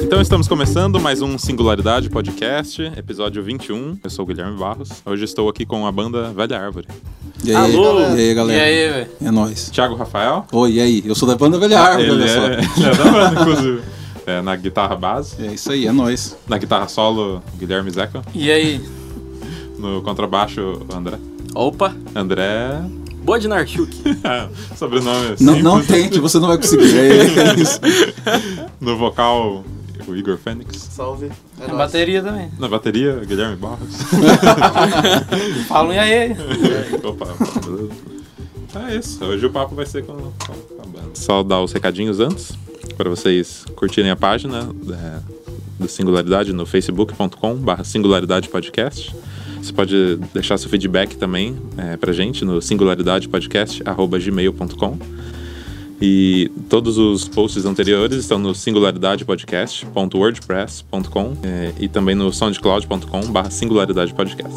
Então estamos começando mais um Singularidade Podcast, episódio 21. Eu sou o Guilherme Barros. Hoje estou aqui com a banda Velha Árvore. E aí, Alô? E aí, E galera? aí, velho? É nóis. Thiago Rafael. Oi, e aí? Eu sou da banda Velha Árvore, Ele Ah, olha é, só. ele é da banda, inclusive. É, na guitarra base, É isso aí, é nóis. na guitarra solo, Guilherme Zeca. E aí? No contrabaixo, André. Opa! André. Bodnarchuk. Sobrenome. Não, simples. não tente, você não vai conseguir. É isso. No vocal, o Igor Fênix. Salve. É Na nóis. bateria também. Na bateria, Guilherme Barros. um Falam e aí? É, Opa, beleza? Então é isso. Hoje o papo vai ser com, com- com a banda. Só dar os recadinhos antes, para vocês curtirem a página da, do Singularidade no facebook.com.br Singularidade Podcast. Você pode deixar seu feedback também é, pra gente no singularidadepodcast.gmail.com e todos os posts anteriores estão no singularidadepodcast.wordpress.com é, e também no soundcloud.com.br singularidadepodcast.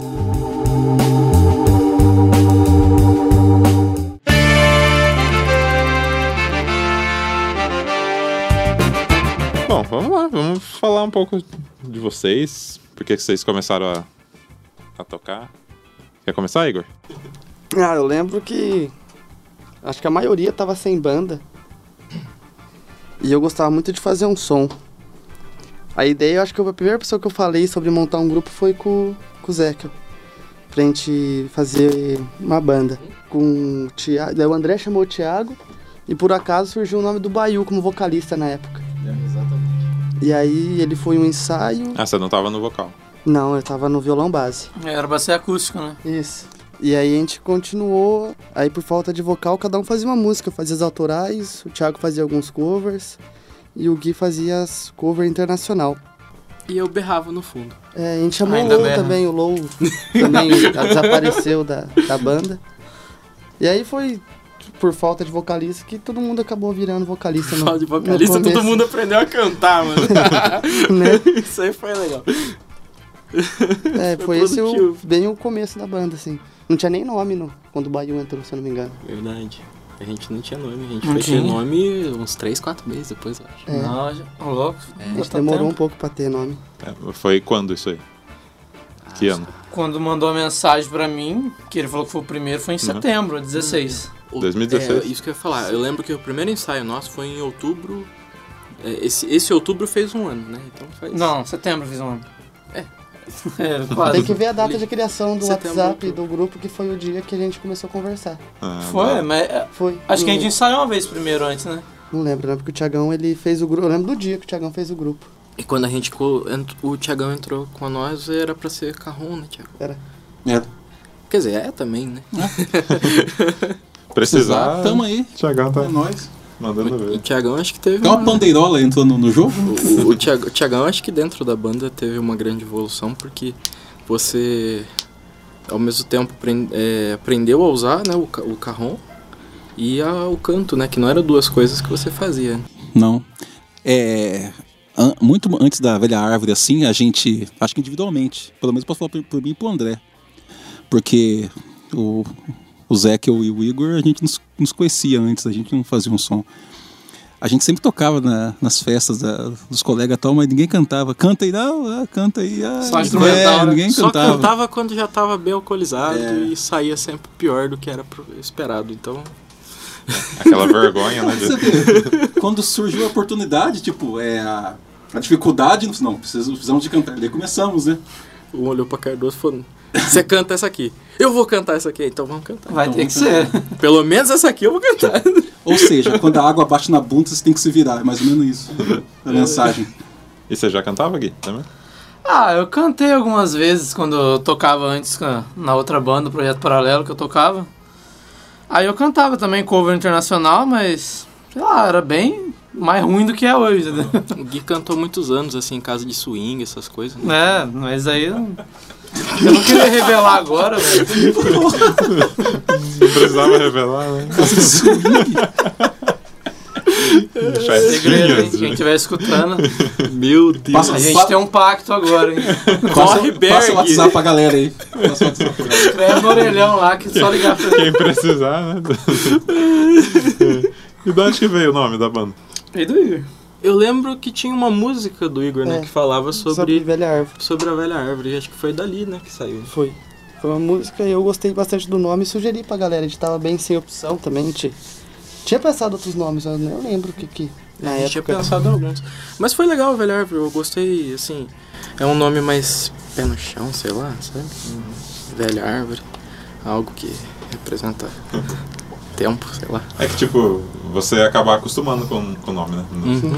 Bom, vamos lá, vamos falar um pouco de vocês, porque vocês começaram a, a tocar. Quer começar, Igor? Ah, eu lembro que. Acho que a maioria tava sem banda. E eu gostava muito de fazer um som. A ideia, eu acho que a primeira pessoa que eu falei sobre montar um grupo foi com, com o Zeca. Pra gente fazer uma banda. Com o Thiago. Daí o André chamou o Thiago. E por acaso surgiu o nome do Baiu como vocalista na época. E aí ele foi um ensaio. Ah, você não tava no vocal. Não, eu tava no violão base. Era pra ser acústico, né? Isso. E aí a gente continuou, aí por falta de vocal, cada um fazia uma música, eu fazia as autorais, o Thiago fazia alguns covers e o Gui fazia as cover internacional. E eu berrava no fundo. É, a gente chamou Ainda o Low bem, né? também, o Low também desapareceu da, da banda. E aí foi por falta de vocalista que todo mundo acabou virando vocalista. né? no- Fala de no vocalista, todo começo, mundo aprendeu a cantar, mano. Né? Isso aí foi legal. É, Foi foi esse o, produtivo. bem o começo da banda, assim. Não tinha nem nome no, quando o Baiu entrou, se eu não me engano. Verdade. A gente não tinha nome, a gente Não foi tinha. ter nome uns 3, 4 meses depois, eu acho. É, Não, já- ô, louco. a gente Bastante demorou um tempo. pouco pra ter nome. É, foi quando isso aí? Ah, Que ano? um Quando mandou a mensagem pra mim, que ele falou que foi o primeiro, foi em setembro, 16. O- 2016. É, isso que eu ia falar. Eu lembro que o primeiro ensaio nosso foi em outubro. É, Esse, esse outubro fez um ano, né? Então faz. Não, setembro fiz um ano. É. É, quase. Tem que ver a data de criação do Setembro, WhatsApp outubro. do grupo, que foi o dia que a gente começou a conversar. Ah, Foi, agora. mas é, Foi. acho que a Não- gente ensaiou uma vez primeiro antes, né? Não lembro, né? Porque o Thiagão, ele fez o grupo. Eu lembro do dia que o Thiagão fez o grupo. E quando a gente. co- ent- O Tiagão entrou com nós, era pra ser Carron, né, Tiago? É, Quer dizer, é também, né? Precisar. precisar, é, tamo aí. Tiagão tá É nóis. mandando O ver. Tiagão acho que teve. Tem uma pandeirola entrando no jogo? O, o, Tiag- o Tiagão, acho que dentro da banda teve uma grande evolução, porque você, ao mesmo tempo, pren- é, aprendeu a usar né, o, ca- o carrom e a- o canto, né? Que não eram duas coisas que você fazia. Não. É. an- Muito antes da velha árvore, assim, a gente. Acho que individualmente. Pelo menos posso falar por, por mim e pro André. Porque o, o Zeca e o Igor, a gente nos, nos conhecia antes, a gente não fazia um som. A gente sempre tocava na- nas festas da- dos colegas e tal, mas ninguém cantava. Canta aí, não, ah, canta aí. Ah, Só é, instrumental, né? ninguém Só cantava. cantava quando já estava bem alcoolizado É. e saía sempre pior do que era pro- esperado. Então, Aquela vergonha, né? de- Você vê, quando surgiu a oportunidade, tipo, é a, a dificuldade, não, precisamos, precisamos de cantar. Daí começamos, né? um olhou pra cara do outro e falou: Você canta essa aqui. Eu vou cantar essa aqui, então vamos cantar. Vai ter que ser. Pelo menos essa aqui eu vou cantar. Ou seja, quando a água bate na bunda, você tem que se virar. É mais ou menos isso. A mensagem. E você já cantava, Gui? Também? Ah, eu cantei algumas vezes quando eu tocava antes com- na outra banda, o Projeto Paralelo, que eu tocava. Aí eu cantava também cover internacional, mas, sei lá, era bem mais ruim do que é hoje, né? O Gui cantou muitos anos, assim, em casa de swing, essas coisas. Né? É, mas aí eu não- eu não queria revelar agora, velho. Não precisava revelar, né? Deixar né? Segredo, espinhas. hein? Quem de- estiver escutando, Meu Deus. Passa- a gente Fa- tem um pacto agora, hein? Passa, Corre, passa Berg. o WhatsApp pra galera aí. Passa o WhatsApp pra galera. Escreve no orelhão lá que é só ligar pra Quem É. precisar, né? E de onde que veio o nome da banda? ele. Eu lembro que tinha uma música do Igor, né? É. Que falava Sobre sobre, Velha Árvore. sobre a velha árvore. Acho que foi dali, né? Que saiu. Foi. Foi uma música e eu gostei bastante do nome e sugeri pra galera. A gente tava bem sem opção também. A gente tinha pensado outros nomes, eu não lembro o que que. Na a gente tinha época. pensado em alguns. Mas foi legal, velho árvore. Eu gostei, assim. É um nome mais pé no chão, sei lá, sabe? Uhum. Hum, Velha árvore. Algo que representa tempo, sei lá. É que, tipo, você acaba acostumando com, com o nome, né?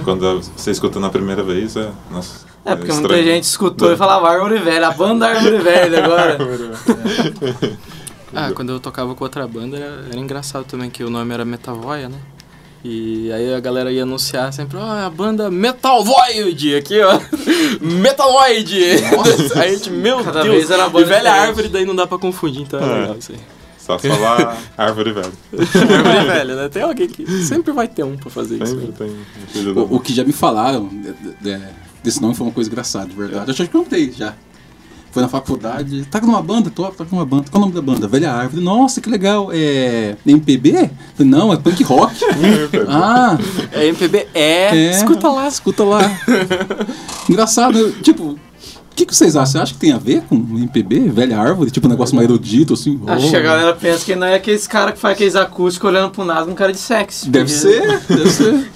Quando você escuta na primeira vez, é. Nossa, Uhum. É, porque estranho. muita gente escutou e falava "Ah, árvore velha, a banda árvore velha agora. Ah, quando eu tocava com outra banda era, era engraçado também que o nome era Metavoia, né? E aí a galera ia anunciar sempre, ó, a banda Metalvoid aqui, ó. Metaloid! Aí a gente, meu Cada Deus, vez era uma banda e velha diferente. árvore, daí não dá pra confundir, então é É. legal isso aí. Só se falar árvore velha. Árvore velha, né? Tem alguém que sempre vai ter um pra fazer isso. Sempre né? tem um filho do O, o que já me falaram de- de- de- desse nome foi uma coisa engraçada, de verdade. Eu já te contei já. Foi na faculdade. Tá com uma banda? Top, tá com uma banda. Qual o nome da banda? Velha Árvore. Nossa, que legal. É. MPB? Falei, Não, é punk rock. ah, É MPB, é. é. Escuta lá. Escuta lá. Engraçado, eu- tipo. O que, que vocês acham? Você acha que tem a ver com MPB? Velha Árvore? Tipo, um negócio mais erudito, assim? Acho que a oh. galera pensa que não é aqueles cara que faz aqueles acústicos olhando pro nada com cara de sexo. É. Deve porque- ser, deve ser.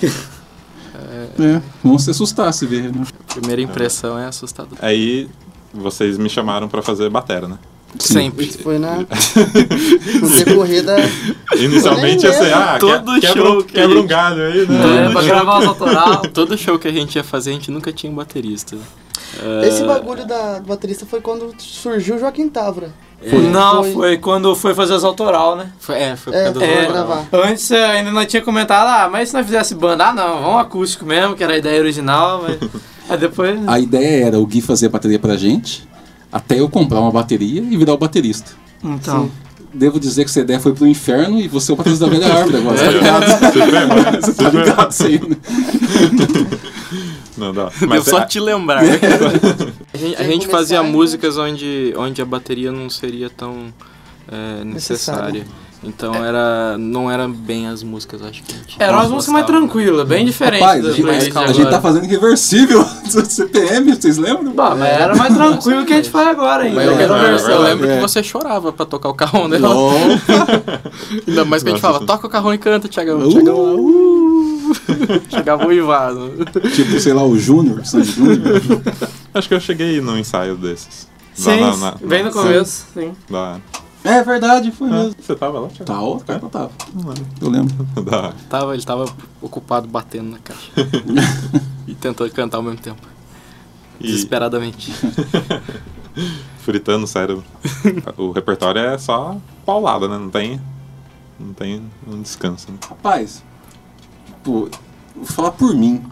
É, vão se assustar se ver, né? Primeira impressão é assustadora. Aí vocês me chamaram pra fazer batera, né? Sempre. Isso foi na. no decorrer da. Inicialmente ia ser, ah, que- Todo quebra, show um- que- quebra um galho aí, É, né? pra gravar os autoral. Todo show que a gente ia fazer, a gente nunca tinha um baterista. Esse bagulho da do baterista foi quando surgiu o Joaquim Tavra. Não, Foi. foi quando foi fazer os autoral, né? Foi, é, foi por É, causa do pra É, Zorro. gravar. Antes eh, ainda não tinha comentado, ah, mas se nós fizesse banda, ah não, vamos acústico mesmo, que era a ideia original, mas. Aí depois. A ideia era o Gui fazer a bateria pra gente, até eu comprar uma bateria e virar o baterista. Então. Devo dizer que essa ideia foi pro inferno e você é o baterista da velha árvore agora, tá É. ligado? Você vê, mas- Você tá ligado isso aí, né? É. Não dá. Mas Mas é- só a- te lembrar. né? a gente, a gente fazia Começar, né? músicas onde, onde a bateria não seria tão é, necessária. Necessária. É. Então era, não eram bem as músicas, acho que. a gente Era uma gostava. música mais tranquila, bem diferente Rapaz, a das gente, playlists a de gente tá agora. fazendo irreversível do CPM, vocês lembram? Bah, mas era mais tranquilo que a gente faz agora ainda. Mas eu, É, lembro, é eu verdade. lembro que É. você chorava pra tocar o carrão dela. Não. Ainda mais que a gente Nossa. fala, toca o carrão e canta, Tiagão. Uh. Tiagão lá, uh. Chegava uivado. Tipo, sei lá, o Júnior, Sandy Júnior. Acho que eu cheguei num ensaio desses. Sim, Lá na- na- bem no sim, começo, sim. Da... É verdade, foi mesmo. Ah, você tava lá, Thiago? Tá, o cara não tava. Eu lembro. Da... Tava, ele tava ocupado batendo na caixa. e tentando cantar ao mesmo tempo. E Desesperadamente. fritando, sério. o repertório é só paulada, né? Não tem... Não tem um descanso. né? Rapaz, tipo, vou falar por mim.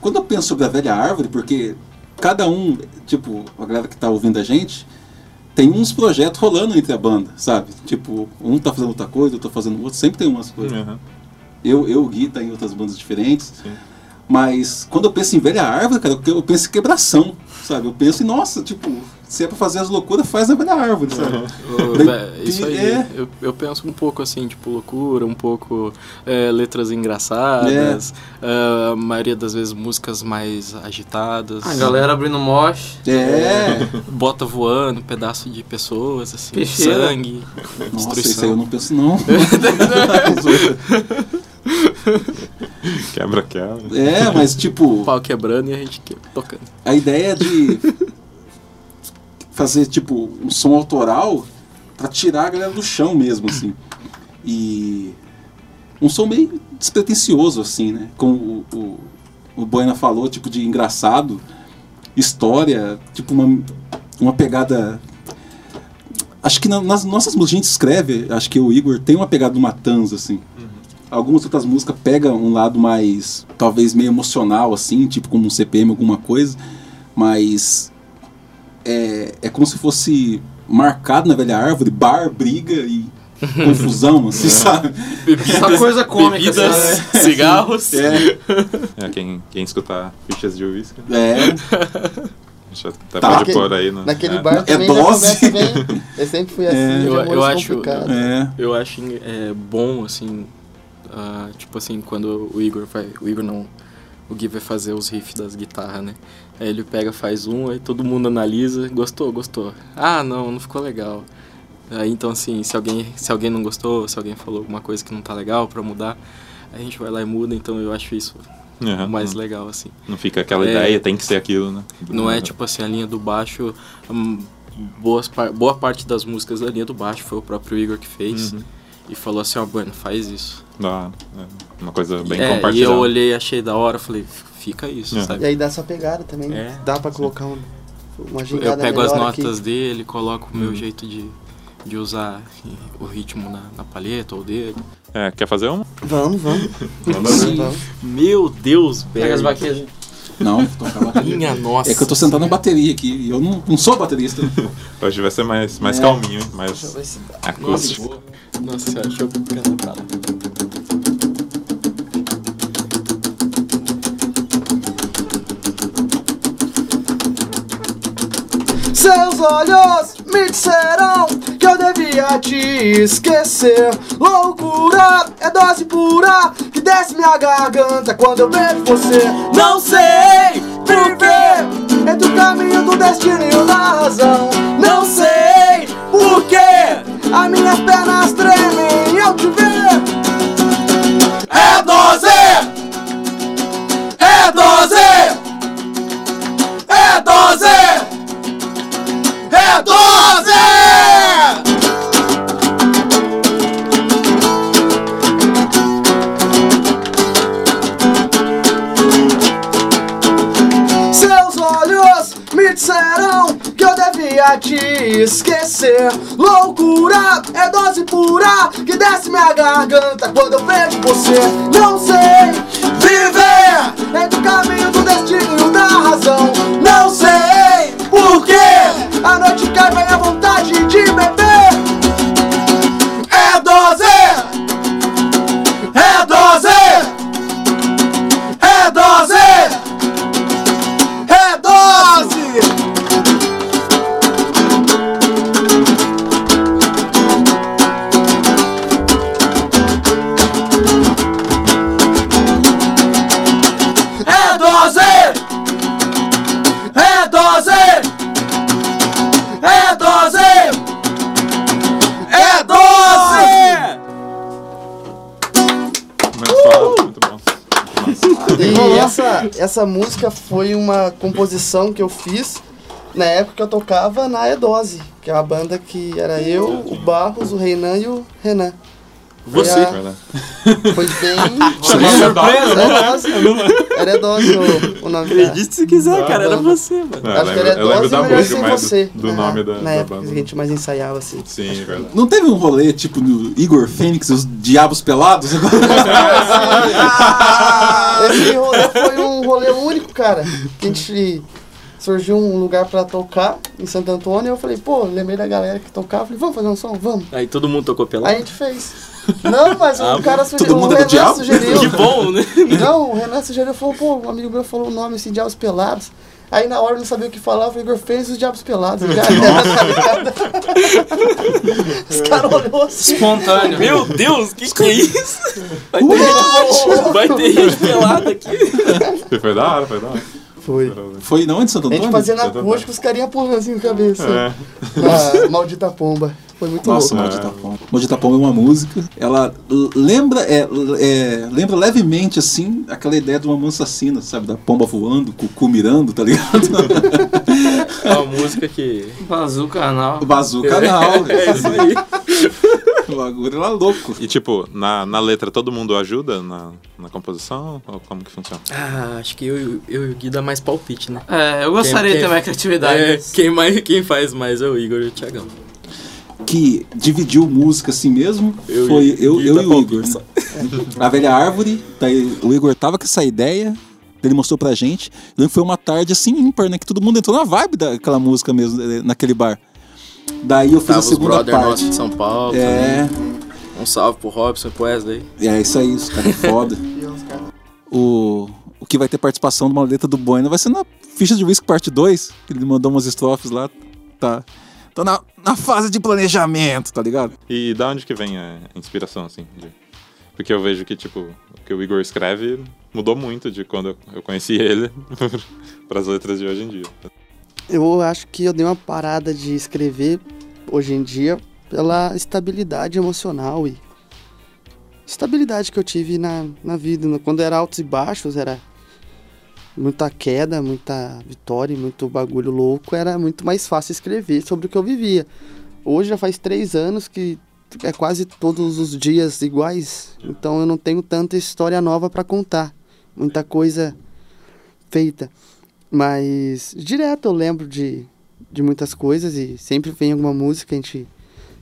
Quando eu penso sobre a velha árvore, porque cada um, tipo, a galera que tá ouvindo a gente, tem uns projetos rolando entre a banda, sabe? Tipo, um tá fazendo outra coisa, eu tô fazendo outra, sempre tem umas coisas. Uhum. Eu, eu, o Gui, tá em outras bandas diferentes. Sim. Mas quando eu penso em velha árvore, cara, eu- eu penso em quebração, sabe? Eu penso em, nossa, tipo, se é pra fazer as loucuras, faz na velha árvore, sabe? Ô, Bem- vé, Isso aí, é. eu, eu penso um pouco assim, tipo, loucura, um pouco é, letras engraçadas, é, a maioria das vezes músicas mais agitadas, A galera abrindo mosh. É! bota voando, pedaço de pessoas, assim, Peixeira. sangue. Nossa, Destruição. isso aí eu não penso, não. Quebra, quebra. é, mas tipo, O pau quebrando e a gente que- tocando. a ideia é de fazer tipo um som autoral pra tirar a galera do chão mesmo assim e um som meio despretensioso assim né como o, o, o Buena falou tipo de engraçado história tipo uma, uma pegada acho que na- nas nossas músicas a gente escreve acho que o Igor tem uma pegada do Matanza assim Algumas outras músicas pegam um lado mais, talvez meio emocional, assim, tipo como um CPM, alguma coisa, mas é, é como se fosse marcado na velha árvore, bar, briga e confusão, assim, sabe? Só coisa cômica, assim, Bebidas, sabe? cigarros. É, É, quem, quem escutar fichas de uísque, né? é, Deixa eu até Tá. pode Naquele- pôr aí, né? Naquele É. bar também já dose. começa bem. Eu sempre fui assim, de Eu- amores eu acho- complicados. é. Eu acho é, bom, assim, ah, tipo assim, quando o Igor vai. O Igor não. o Gui vai fazer os riffs das guitarras, né? Aí ele pega, faz um, aí todo mundo analisa, gostou, gostou. Ah, não, não ficou legal. Aí então assim, se alguém, se alguém não gostou, se alguém falou alguma coisa que não tá legal pra mudar, a gente vai lá e muda, então eu acho isso Aham, mais Uhum. não- legal assim. Não fica aquela É. ideia, tem que ser aquilo, né? Não é tipo assim, a linha do baixo. hum, boas par- boa parte das músicas da linha do baixo foi o próprio Igor que fez. Uhum. E falou assim, ó, Bueno, faz isso. Dá- é uma coisa bem é, e compartilhada. eu olhei, achei da hora, falei, fica isso, É. E sabe? aí dá sua pegada também, né? É. Dá pra colocar um, uma Tipo, gingada eu pego as melhor notas aqui. dele, coloco o meu Uhum. jeito de, de usar assim, o ritmo na, na palheta ou dele. É, quer fazer uma? Vamos, vamos. Manda Sim. Vamos. Meu Deus, Pega velho. as baquetas. Não, tô com a bateria. Minha nossa. É que eu tô sentado na bateria aqui e eu não, não sou baterista. Hoje vai ser mais, mais É. calminho, hein? mais Deixa eu ver se dá. acústico. Nossa, nossa senhora, deixa eu cantar. Seus olhos me disseram que eu devia te esquecer. Loucura é dose pura que desce minha garganta quando eu vejo você. Não sei por quê. Entre o caminho do destino e o da razão. Não sei por quê. As minhas pernas tremem ao te ver. É dose! É dose! É dose! É 12! Seus olhos me disseram que eu devia te esquecer. Loucura é dose pura que desce minha garganta quando eu vejo você. Não sei viver entre o caminho do destino e o da razão. Não sei por quê. A noite cai, vem a vontade de beber. É dose! É dose! É dose! É dose! É dose! É dose! É dose! né? É dose! Mas fala, muito bom. E essa, essa música foi uma composição que eu fiz na época que eu tocava na E12, que é uma banda que era eu, o Barros, o Reinan e o Renan. Foi Você. a- É Verdade. Foi bem. Tá Surpresa! Era E12. Era E12 o, o nome dela. Acredite se quiser, Tá, cara, era vamos. você, mano. É, Acho que eu era lembro, eu lembro 12 da melhor música, sem mas você. do na- nome da, Na da época banda. que a gente mais ensaiava assim. Sim, é verdade. Não teve um rolê tipo do Igor Fênix, os Diabos Pelados? Esse rolê foi um rolê único, cara. Que a gente surgiu um lugar pra tocar em Santo Antônio. Eu falei, pô, lembrei da galera que tocava. Falei, vamos fazer um som? Vamos. Aí todo mundo tocou pelado. Aí a gente fez. Não, mas o cara sugeriu. todo O mundo é do Renan diabo? sugeriu. Que bom, né? Não, o Renan sugeriu falou, pô, um amigo meu falou o nome assim, Diabos Pelados. Aí na hora eu não sabia o que falar, eu falei, Igor fez os Diabos Pelados. Já era, tá ligado? Os caras olhou assim. Espontâneo. Meu Deus, que que é isso? Vai ter, gente, vai ter gente pelada aqui. Foi da hora, foi da hora. Foi. Foi não, é de Santo A Antônio? gente fazendo Santo Antônio. acústico, os carinha pulando assim na cabeça. É. Ah, maldita pomba. Foi muito Nossa, louco. Maldita Pomba. Maldita Pomba é uma música. Ela l- lembra, é, l- é, lembra levemente, assim, aquela ideia de uma mansa assassina, sabe? Da pomba voando, cucu mirando, tá ligado? É uma música que. Bazuca, canal. Bazuca não. É isso aí. O bagulho era louco. E tipo, na, na letra todo mundo ajuda na, na composição? Ou como que funciona? Ah, acho que eu, e o- eu e o Gui dá mais palpite, né? É, eu gostaria Quem- de ter quem- mais criatividade. É, quem, mais, quem faz mais é o Igor e o Thiagão. Que dividiu música assim mesmo Eu foi e- eu, e eu da e o pomba. Igor. né? A velha árvore, daí o Igor tava com essa ideia. Ele mostrou pra gente. Eu lembro que Foi uma tarde assim ímpar, né? Que todo mundo entrou na vibe daquela música mesmo, eh, naquele bar. Daí eu fiz Tava a os segunda brother parte. nossos de São Paulo. É, também. Um salve pro Robson e pro Wesley. é isso aí, os caras é foda. o, o que vai ter participação de uma letra do Bueno vai ser na ficha de Whisky Parte 2, que ele mandou umas estrofes lá. Tá, tá na, na fase de planejamento, tá ligado? E da onde que vem a inspiração, assim? de- Porque eu vejo que, tipo, o que o Igor escreve mudou muito de quando eu conheci ele para as letras de hoje em dia. Eu acho que eu dei uma parada de escrever hoje em dia pela estabilidade emocional e estabilidade que eu tive na, na vida. No- Quando era altos e baixos, era muita queda, muita vitória, e muito bagulho louco, era muito mais fácil escrever sobre o que eu vivia. Hoje já faz três anos que é quase todos os dias iguais, então eu não tenho tanta história nova pra contar, muita coisa feita. Mas direto eu lembro de, de muitas coisas e sempre vem alguma música, a gente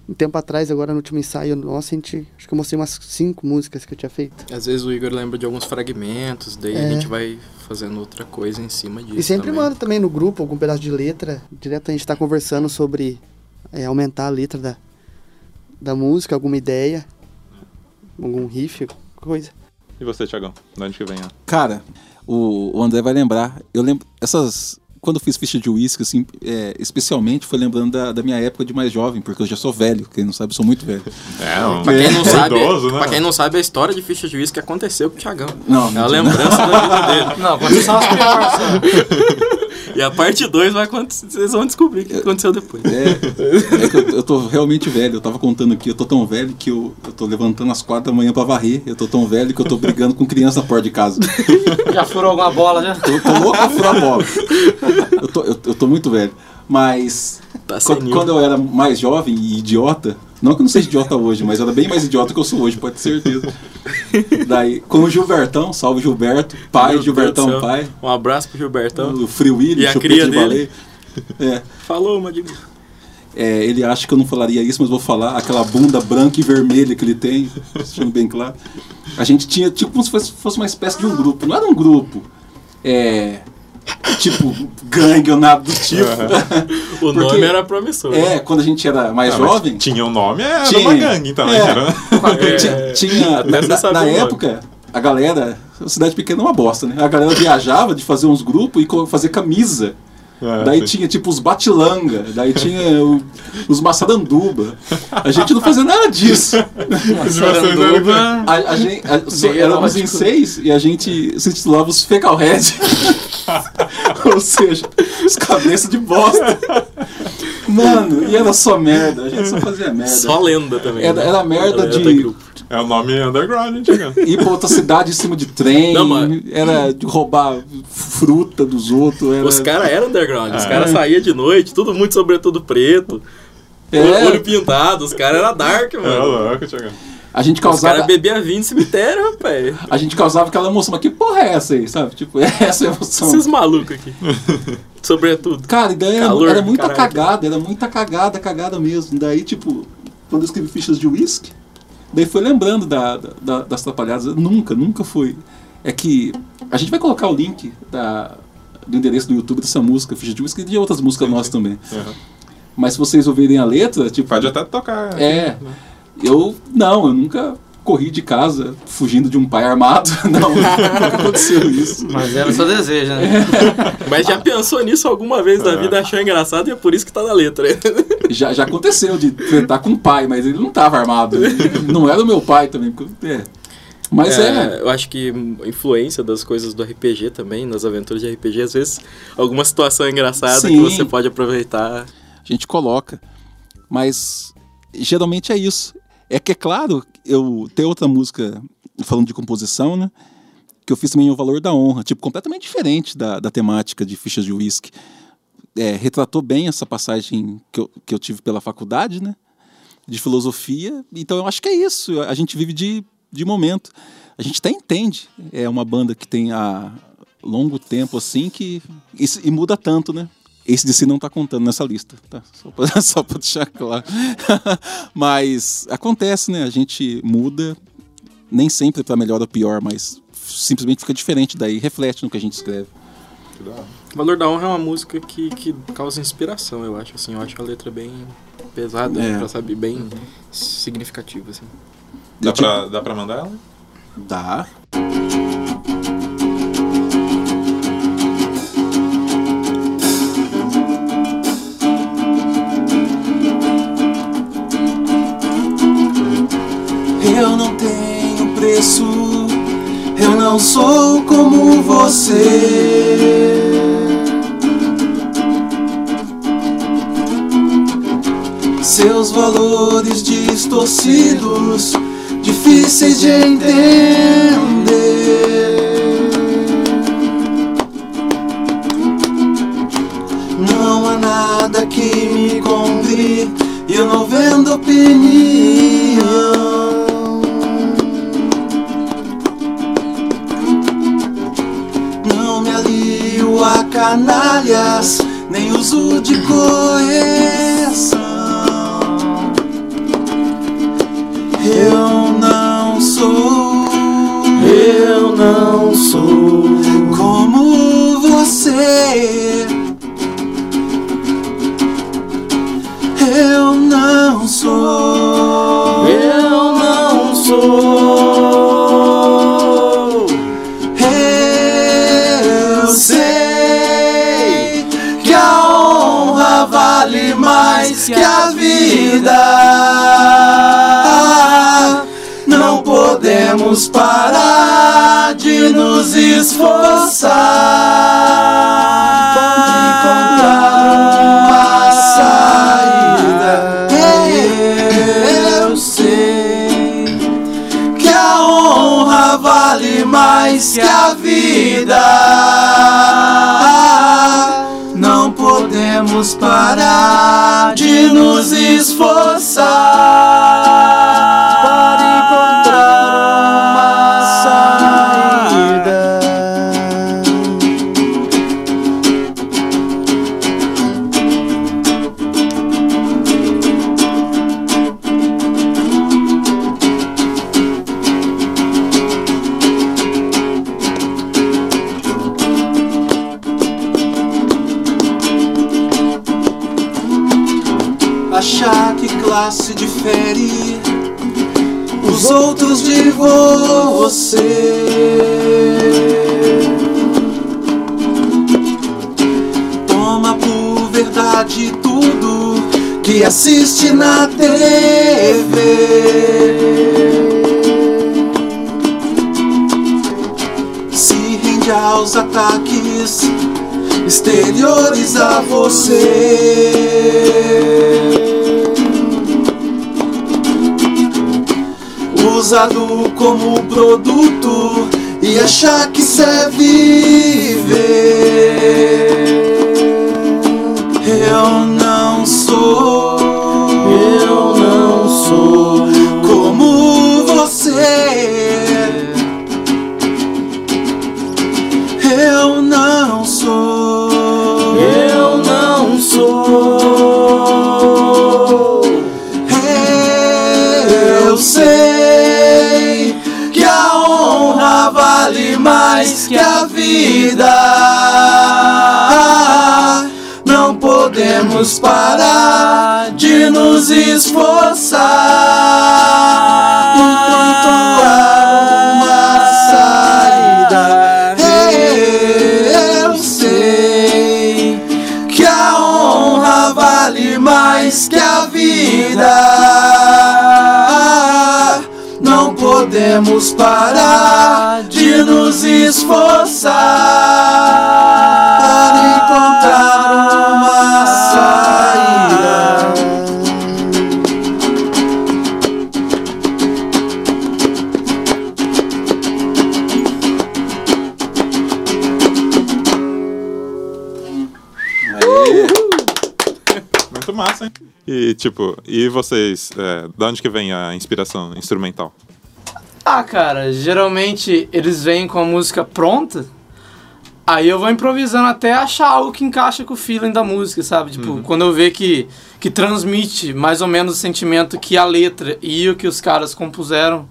um tempo atrás, agora no último ensaio nosso, a gente. Acho que eu mostrei umas cinco músicas que eu tinha feito. Às vezes o Igor lembra de alguns fragmentos, daí É. a gente vai fazendo outra coisa em cima disso. e sempre também. manda também no grupo algum pedaço de letra. Direto a gente tá conversando sobre é, aumentar a letra da, da música, alguma ideia, algum riff, coisa. E você, Thiagão? De onde que vem? a- Cara, o, o André vai lembrar. Eu lembro. Essas. Quando eu fiz ficha de uísque, assim, é, especialmente foi lembrando da, da minha época de mais jovem, porque eu já sou velho. Quem não sabe, eu sou muito velho. É, um Pra quem, não sabe, idoso, né? pra quem não sabe, a história de ficha de uísque aconteceu com o Thiagão. Não, É a mentira. lembrança da vida dele. Não, quando são as piores. E a parte 2 vai acontecer, vocês vão descobrir o que aconteceu depois. É, é que eu, eu tô realmente velho. Eu tava contando aqui, eu tô tão velho que eu, eu tô levantando às quatro da manhã pra varrer. Eu tô tão velho que eu tô brigando com criança na porta de casa. Já furou alguma bola já? Eu tô louco pra furar a bola. Eu tô, eu, eu tô muito velho. Mas Tá Qu- senil. Quando eu era mais jovem e idiota, não que eu não seja idiota hoje, mas eu era bem mais idiota que eu sou hoje, pode ter certeza. Daí, com o Gilbertão, salve Gilberto, pai, Meu Deus Gilbertão, do céu. pai, Um abraço pro Gilbertão. o Free Willy, E a chupeta cria de dele? baleia. É, Falou, uma dica. é, ele acha que eu não falaria isso, mas vou falar aquela bunda branca e vermelha que ele tem, deixando bem claro. A gente tinha tipo como se fosse, fosse uma espécie de um grupo, não era um grupo. É. Tipo, gangue ou nada do tipo. O nome era promissor. É, quando a gente era mais Ah, mas jovem. Tinha um nome, era Tinha. uma gangue então, também. É. Era... É. Ti- Tinha, Até você na, saber na o nome. época, a galera, a cidade pequena é uma bosta, né? A galera viajava de fazer uns grupos e co- fazer camisa. É, daí sim. tinha tipo os batilanga, daí tinha o- os maçadanduba. A gente não fazia nada disso. Se vocês eram- A, a gente, a- só- Bem éramos erótico. em seis e a gente se intitulava os fecalheads. Ou seja, os cabeças de bosta. Mano, e era só merda. A gente só fazia merda. Só lenda também. Era- né? era merda de- grupo. É o nome underground, Thiagão. ir pra outra cidade em cima de trem, Não, mas- era de roubar fruta dos outros, era... Ah. Os caras eram underground, os É. caras saíam de noite, todo mundo sobretudo preto, É. olho pintado, os caras eram dark, É mano. louco, Thiagão. a gente Os caras causava, bebiam vinho no cemitério, rapaz. a gente causava aquela emoção, mas que porra é essa aí, sabe? Tipo, é essa emoção. Esses malucos aqui. Sobretudo. Cara, e daí era, Calor era do muita caralho. cagada, era muita cagada, cagada mesmo. Daí, tipo, quando eu escrevi fichas de uísque, daí foi lembrando da, da- da- das atrapalhadas. Nunca, nunca foi. É que a gente vai colocar o link da- do endereço do YouTube dessa música, ficha de uísque, e de outras músicas nossas também. Uhum. Mas se vocês ouvirem a letra, tipo. Pode até tocar. É. né? Eu não, eu nunca corri de casa fugindo de um pai armado. Não, nunca aconteceu isso. Mas era o seu desejo, né? Mas Ah. já pensou nisso alguma vez da vida, achou engraçado e é por isso que tá na letra. Já, já aconteceu de tentar com o pai, mas ele não tava armado. Não era o meu pai também. porque- é. Mas é. Eu acho que a influência das coisas do RPG também, nas aventuras de RPG, às vezes alguma situação engraçada que Sim. você pode aproveitar. a gente coloca. Mas geralmente é isso. É que é claro, eu tenho outra música falando de composição, né? Que eu fiz também o Valor da Honra, tipo, completamente diferente da, da temática de fichas de uísque. É, retratou bem essa passagem que eu, que eu tive pela faculdade, né? De filosofia. Então eu acho que é isso. A gente vive de, de momento. A gente até entende. É uma banda que tem há longo tempo assim que. E, se- e muda tanto, né? Esse de si não tá contando nessa lista, tá? Só pra, só pra deixar claro. mas acontece, né? A gente muda, nem sempre pra melhor ou pior, mas simplesmente fica diferente daí, reflete no que a gente escreve. Que da hora. O Valor da Honra é uma música que, que causa inspiração, eu acho, assim. Eu acho a letra bem pesada, É. pra saber, bem significativa, assim. Dá Eu, tipo, pra, dá pra mandar ela? Dá. Eu não tenho preço, Eu não sou como você. Seus valores distorcidos, difíceis de entender. Não há nada que me congre, eu não vendo opinião. Não me alio a canalhas, nem uso de correção. Eu não sou, eu não sou como você. Eu não sou. Eu não sou. Eu sei que a honra vale mais que a vida. Não podemos parar de nos esforçar. Uma saída. É, Eu sei que a honra vale mais que a vida. Não podemos parar de nos esforçar. para encontrar uma saída. achar que classe difere os outros de você. Toma por verdade tudo que assiste na TV. Se rende aos ataques exteriores a você. Usado como produto e achar que isso é viver. Eu não sou, eu não sou como você. Eu não sou. Eu não sou. Eu sei que a honra vale mais que a vida. Não podemos parar de nos esforçar. Enquanto há uma saída. Eu sei que a honra vale mais que a vida. Não podemos parar de nos esforçar para encontrar uma Ah. saída. Muito massa, hein? E, tipo, e vocês, é, da onde que vem a inspiração instrumental? Ah, cara, geralmente eles vêm com a música pronta, aí eu vou improvisando até achar algo que encaixa com o feeling da música, sabe? Tipo, quando eu ver que, que transmite mais ou menos o sentimento que a letra e o que os caras compuseram.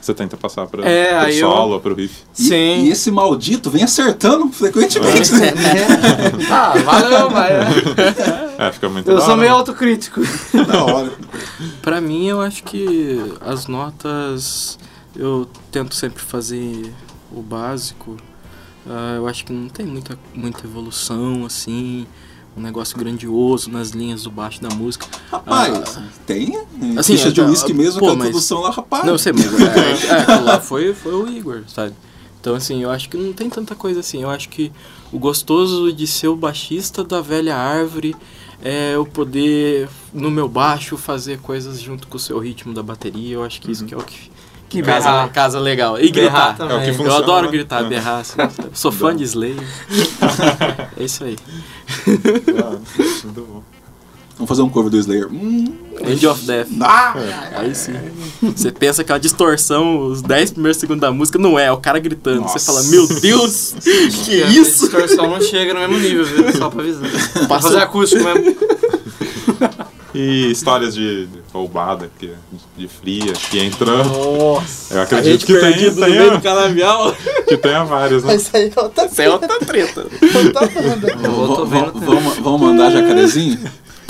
Você tenta passar pra, É, pro aí eu- solo, pro riff. E- Sim. E, esse maldito vem acertando frequentemente. né? Ah, valeu, vai. É, fica muito Eu da sou hora, meio né? autocrítico. Da hora. Pra mim, eu acho que as notas eu tento sempre fazer o básico. Ah, eu acho que não tem muita, muita evolução assim, um negócio grandioso nas linhas do baixo da música. Rapaz, Ah. tem? É, Assim, ficha é, de tá, uísque mesmo pô, com a mas- produção lá, rapaz. Não, eu sei, mas é, é, aquilo lá foi, foi o Igor, sabe? Então, assim, eu acho que não tem tanta coisa assim. Eu acho que o gostoso de ser o baixista da velha árvore é eu poder, no meu baixo, fazer coisas junto com o seu ritmo da bateria. Eu acho que isso que é o que, que berrar. casa, casa legal. E Berrar gritar. também. É o que eu funciona, adoro né? gritar, É. berrar. assim, sabe? Sou fã de Slayer. é isso aí. Muito bom. Vamos fazer um cover do Slayer. Hum, End of Death. Ah, Aí sim. Você pensa aquela distorção, os 10 primeiros segundos da música, não é, é o cara gritando. Nossa. Você fala, meu Deus, que a isso? distorção não chega no mesmo nível, viu? Só pra avisar. Pra Passa- fazer acústico mesmo. E histórias de de roubada, que, é de fria, que entrou. Nossa. Eu acredito que tenha, no meio do tenha, canavial. que tenha várias, né? Mas isso aí é outra Isso é outra treta. outra banda. Eu tô v- vendo. v- vamos- vamos Hum. mandar jacarezinho?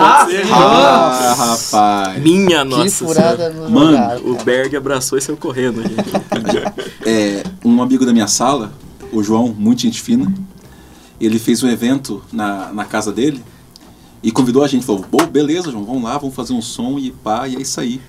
Ah, ah, rapaz. Minha Que nossa senhora. furada no Mano, lugar. O Berg abraçou e saiu correndo. Gente. É, um amigo da minha sala, o João, muito gente fina, ele fez um evento na, na casa dele e convidou a gente. Falou, Bom, beleza, João, vamos lá, vamos fazer um som e pá, e é isso aí.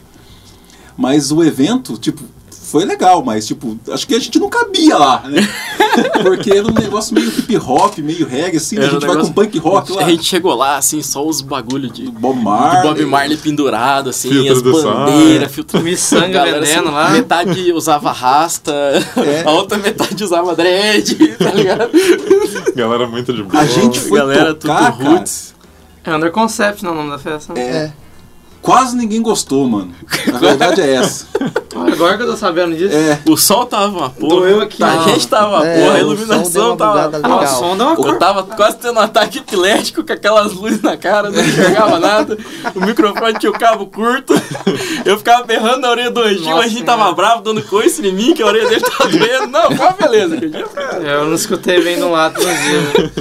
Mas o evento, tipo, foi legal, mas, tipo, acho que a gente não cabia lá, né? Porque era um negócio meio hip hop, meio reggae, assim, né? a Era um gente vai com negócio- punk rock lá. A gente chegou lá, assim, só os bagulho de. Do do Bob Marley. Bob Marley pendurado, assim, Filtro as do sol, bandeiras, filtro É Miçanga Galera, assim, vendendo lá. Metade usava rasta, É. a outra metade usava dread, tá ligado? Galera é muito de boa. A gente foi Galera, tocar, tudo cara, roots. É Under Concept não é o nome da festa. né? É. quase ninguém gostou, mano. A verdade é essa. Olha, agora que eu tô sabendo disso. É, O sol tava uma porra. Doeu aqui, A ó. gente tava uma É, porra, a o som deu iluminação uma tava. bugada Ah, o legal. som dá uma Eu cor. tava quase tendo um ataque epilético com aquelas luzes na cara, não enxergava nada. O microfone tinha o cabo curto. Eu ficava berrando na orelha do Anjinho, Nossa a gente tava Senhora. bravo, dando coice em mim, que a orelha dele tava doendo. Não, foi uma beleza. que dia foi- Eu não escutei bem no lado do dia.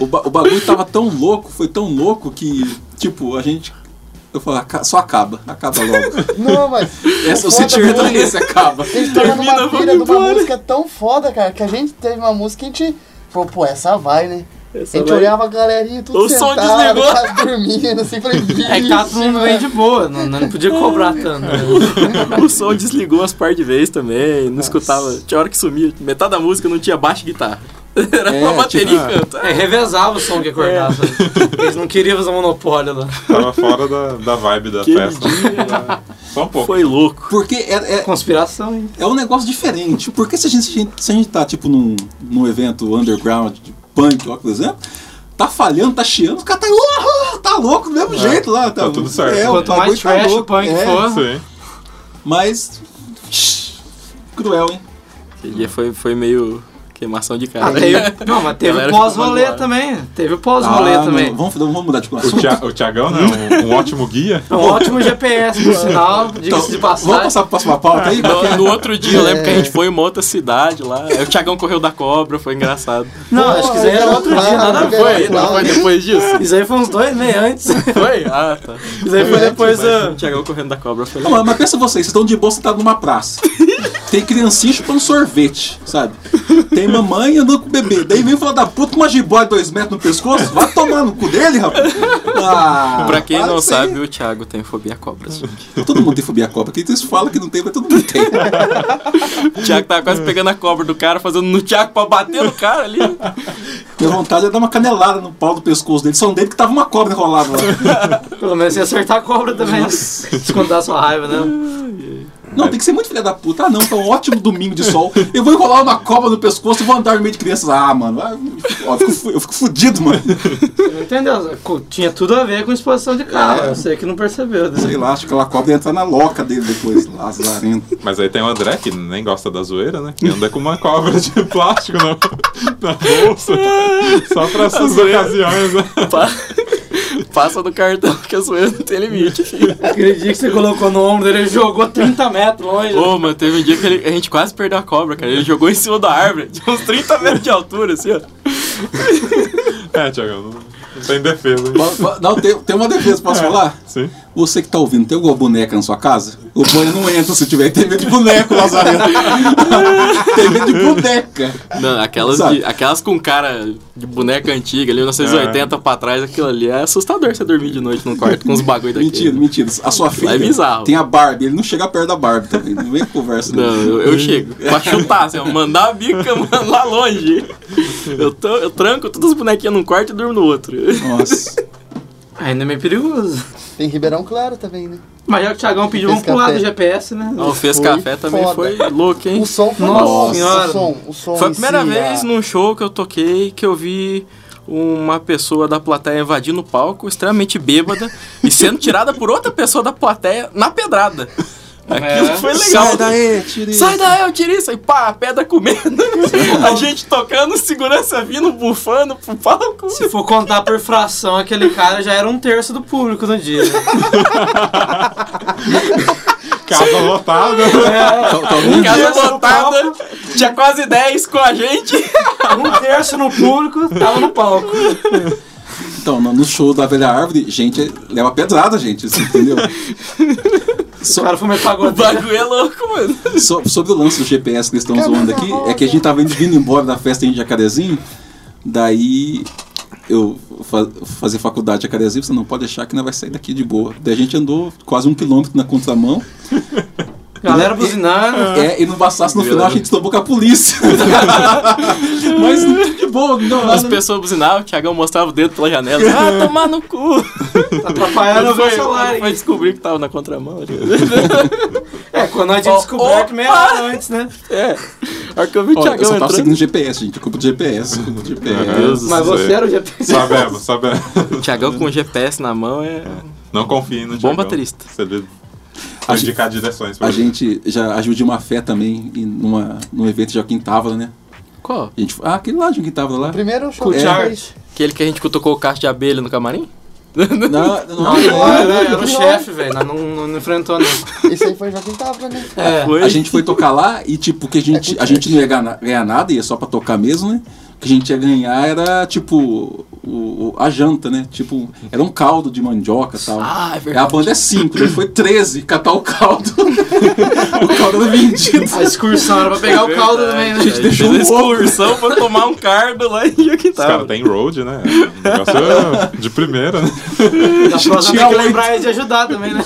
O, ba- o bagulho tava tão louco, foi tão louco que, tipo, a gente. Eu falei, "Aca- só acaba, acaba logo. Não, mas. Essa, o foda sentimento foi é esse, acaba. A gente tava Termina, numa vamos pira de uma embora. música tão foda, cara, que a gente teve uma música que a gente. Pô, pô, essa vai, né? a gente vai. olhava a galerinha, tudo O som sentado, desligou. quase dormindo, assim, falei, É que tá todo mundo bem de boa, não, não podia cobrar tanto. O som desligou umas par de vezes também, não escutava. Tinha hora que sumia, metade da música não tinha baixo e guitarra. Era É, uma bateria ah, tipo, e canto. É, revezava o som que acordava. Eles não queriam fazer monopólio lá. Tava fora da, da vibe da Que festa. Só um pouco. Foi louco. Porque é, é, Conspiração, hein? é um negócio diferente. Porque se a gente, se a gente- se a gente tá, tipo, num, num evento underground de punk, ó, por exemplo, tá falhando, tá chiando, os caras tá, "Uau, tá louco do É, mesmo jeito lá. Tá, tá tudo certo. É, o Quanto mais bagulho tá trash o louco, punk é, for, Sim. Mas. Cruel, hein? Aquele dia foi, foi meio queimação de cara. Ah, teve- não, mas teve Galera o ficou pós-rolê magoada. também. também. Teve o pós-rolê também. Ah, Vamos, vamos mudar de O, assunto. Tia, o Tiagão, né? Um, um ótimo guia. Um ótimo GPS, por sinal, diga-se de Vamos passagem. passar pra próxima pauta aí? Qual que é? No, no outro dia, eu lembro que a gente foi em uma outra cidade lá. Aí o Thiagão correu da cobra, foi engraçado. Não, acho que isso aí era outro dia, nada a Não ver. Foi, não foi depois disso? Isso aí foi uns dois meses antes. Foi? Ah, tá. Isso aí foi depois Mas da. o Thiagão correndo da cobra foi Não, legal. mas- mas pensa vocês, vocês estão de boa sentados numa praça. Tem criancinha chupando sorvete, sabe? Tem mamãe andando com o bebê. Daí vem falar da puta com uma jiboia de dois metros no pescoço. Vai tomar no cu dele, rapaz. Ah, Pra quem para não com isso aí. sabe, o Thiago tem fobia a cobras, gente. Todo mundo tem fobia à cobra. Quem vocês falam que não tem, mas todo mundo tem. O Thiago tava quase pegando a cobra do cara, fazendo no Thiago pra bater no cara ali. Minha vontade é dar uma canelada no pau do pescoço dele. Só um dele que tava uma cobra enrolada lá. Pelo menos ia acertar a cobra também. Esconder a sua raiva, né? Não, tem que ser muito filha da puta. Ah, não, tá um ótimo domingo de sol. Eu vou enrolar uma cobra no pescoço e vou andar no meio de crianças. Ah, mano, vai- ó, eu fico fu- eu fico fudido, mano. Não entendeu? Co- Tinha tudo a ver com exposição de carro. Eu sei que não percebeu. né? Sei lá, acho que aquela cobra ia entrar na loca dele depois, lazarento. Mas aí tem o André, que nem gosta da zoeira, né? Que anda com uma cobra de plástico na, na bolsa. Só pra essas ocasiões, né? Pa- Passa no cartão, que a zoeira não tem limite, assim. filho. Aquele dia que você colocou no ombro dele, ele jogou 30 metros longe. Ô, mano, teve um dia que ele- a gente quase perdeu a cobra, cara. Ele jogou em cima da árvore, de uns 30 metros de altura, assim, ó. É, Tiagão, não, não tem defesa, hein? É. Não, tem, tem uma defesa, posso falar? Sim. Você que tá ouvindo, tem alguma boneca na sua casa? O banho não entra se tiver. Tem medo de boneco, Lazarento. tem medo de boneca. Não, aquelas, Sabe? de- aquelas com cara de boneca antiga, ali 1980 pra trás, aquilo ali é assustador você dormir de noite num quarto com uns bagulho daquele. Mentira, mentira. A sua filha bizarro. tem a Barbie. Ele não chega perto da Barbie também. Não vem com conversa. Não, eu, eu chego. Pra chutar, assim, ó, mandar a bica mano, lá longe. Eu, tô- eu tranco todas as bonequinhas num quarto e durmo no outro. Nossa. Ainda é meio perigoso. Tem Ribeirão Claro também, né? Mas já que o Thiagão pediu, vamos Fez pular café. do GPS, né? Não, fez Foi café também foda. foi louco, hein? O som foi Nossa bom. senhora. O som, o som Foi a em primeira si, vez a- num show que eu toquei que eu vi uma pessoa da plateia invadindo o palco, extremamente bêbada, e sendo tirada por outra pessoa da plateia na pedrada. Aquilo É. foi legal. Sai daí, tira isso. Sai daí, eu tirei isso. E pá, a pedra comendo. a gente tocando, segurança vindo, bufando pro palco. Se for contar por fração, aquele cara já era um terço do público no dia. né? Casa lotada. Tal- Em Talvez Casa terço no lotada, tinha quase 10 com a gente. um terço no público, tava no palco. Então, no no show da velha árvore, gente, leva pedrada, gente, você entendeu? O cara foi meio O pagodeiro. bagulho é louco, mano. So- sobre o lance do GPS que eles estão zoando aqui, é que a gente tava indo, vindo embora da festa em Jacarezinho, daí eu fa fazer faculdade em Jacarezinho, você não pode deixar que não vai sair daqui de boa. Daí a gente andou quase um quilômetro na contramão, Galera buzinando. é, e não bastasse no final a gente tomou com a polícia. Mas de boa, não, As nada. pessoas buzinavam, o Thiagão mostrava o dedo pela janela. Ah, tomar no cu. Atrapalhando o meu celular. foi descobrir que tava na contramão. ali. É, quando nós tínhamos Ó, descoberto opa! meia hora antes, né? É. A hora que eu vi o Olha, eu Thiagão só tava entrando. seguindo o GPS, gente, culpa do GPS, culpa do GPS. Deus do Mas céu. você era o GPS. Sabemos, sabemos. O Thiagão com o GPS na mão é. Não confie no Bom Thiagão. baterista. Você deve A gente- indicar direções pra A gente já ajuda uma fé também em numa, num evento de Joaquim Távola, né? Qual? A gente, ah, aquele lá, Joaquim Távola lá. Primeiro show. Com o que Charles. fez. Aquele que a gente cutucou o cacho de abelha no camarim? Não, não, Não, não. era, era o chefe, velho. nós Não, não, não enfrentou, não. Isso aí foi Joaquim Távora, né? É. Foi. A gente foi tocar lá e, tipo, que a gente, a gente não ia ganhar, ganhar nada, ia só pra tocar mesmo, né? O que a gente ia ganhar era, tipo, o, o- a janta, né? Tipo, era um caldo de mandioca e tal. Ah, é a verdade. banda é 5, daí foi 13 catar o caldo. o caldo era vendido. A excursão era pra pegar o caldo também, né? A gente deixou fez a um ovo. excursão pra tomar um cardo lá em Os Jaquitá. caras têm road, né? O negócio é de primeira, né? Na próxima Tinha tem que oito. lembrar de ajudar também, né?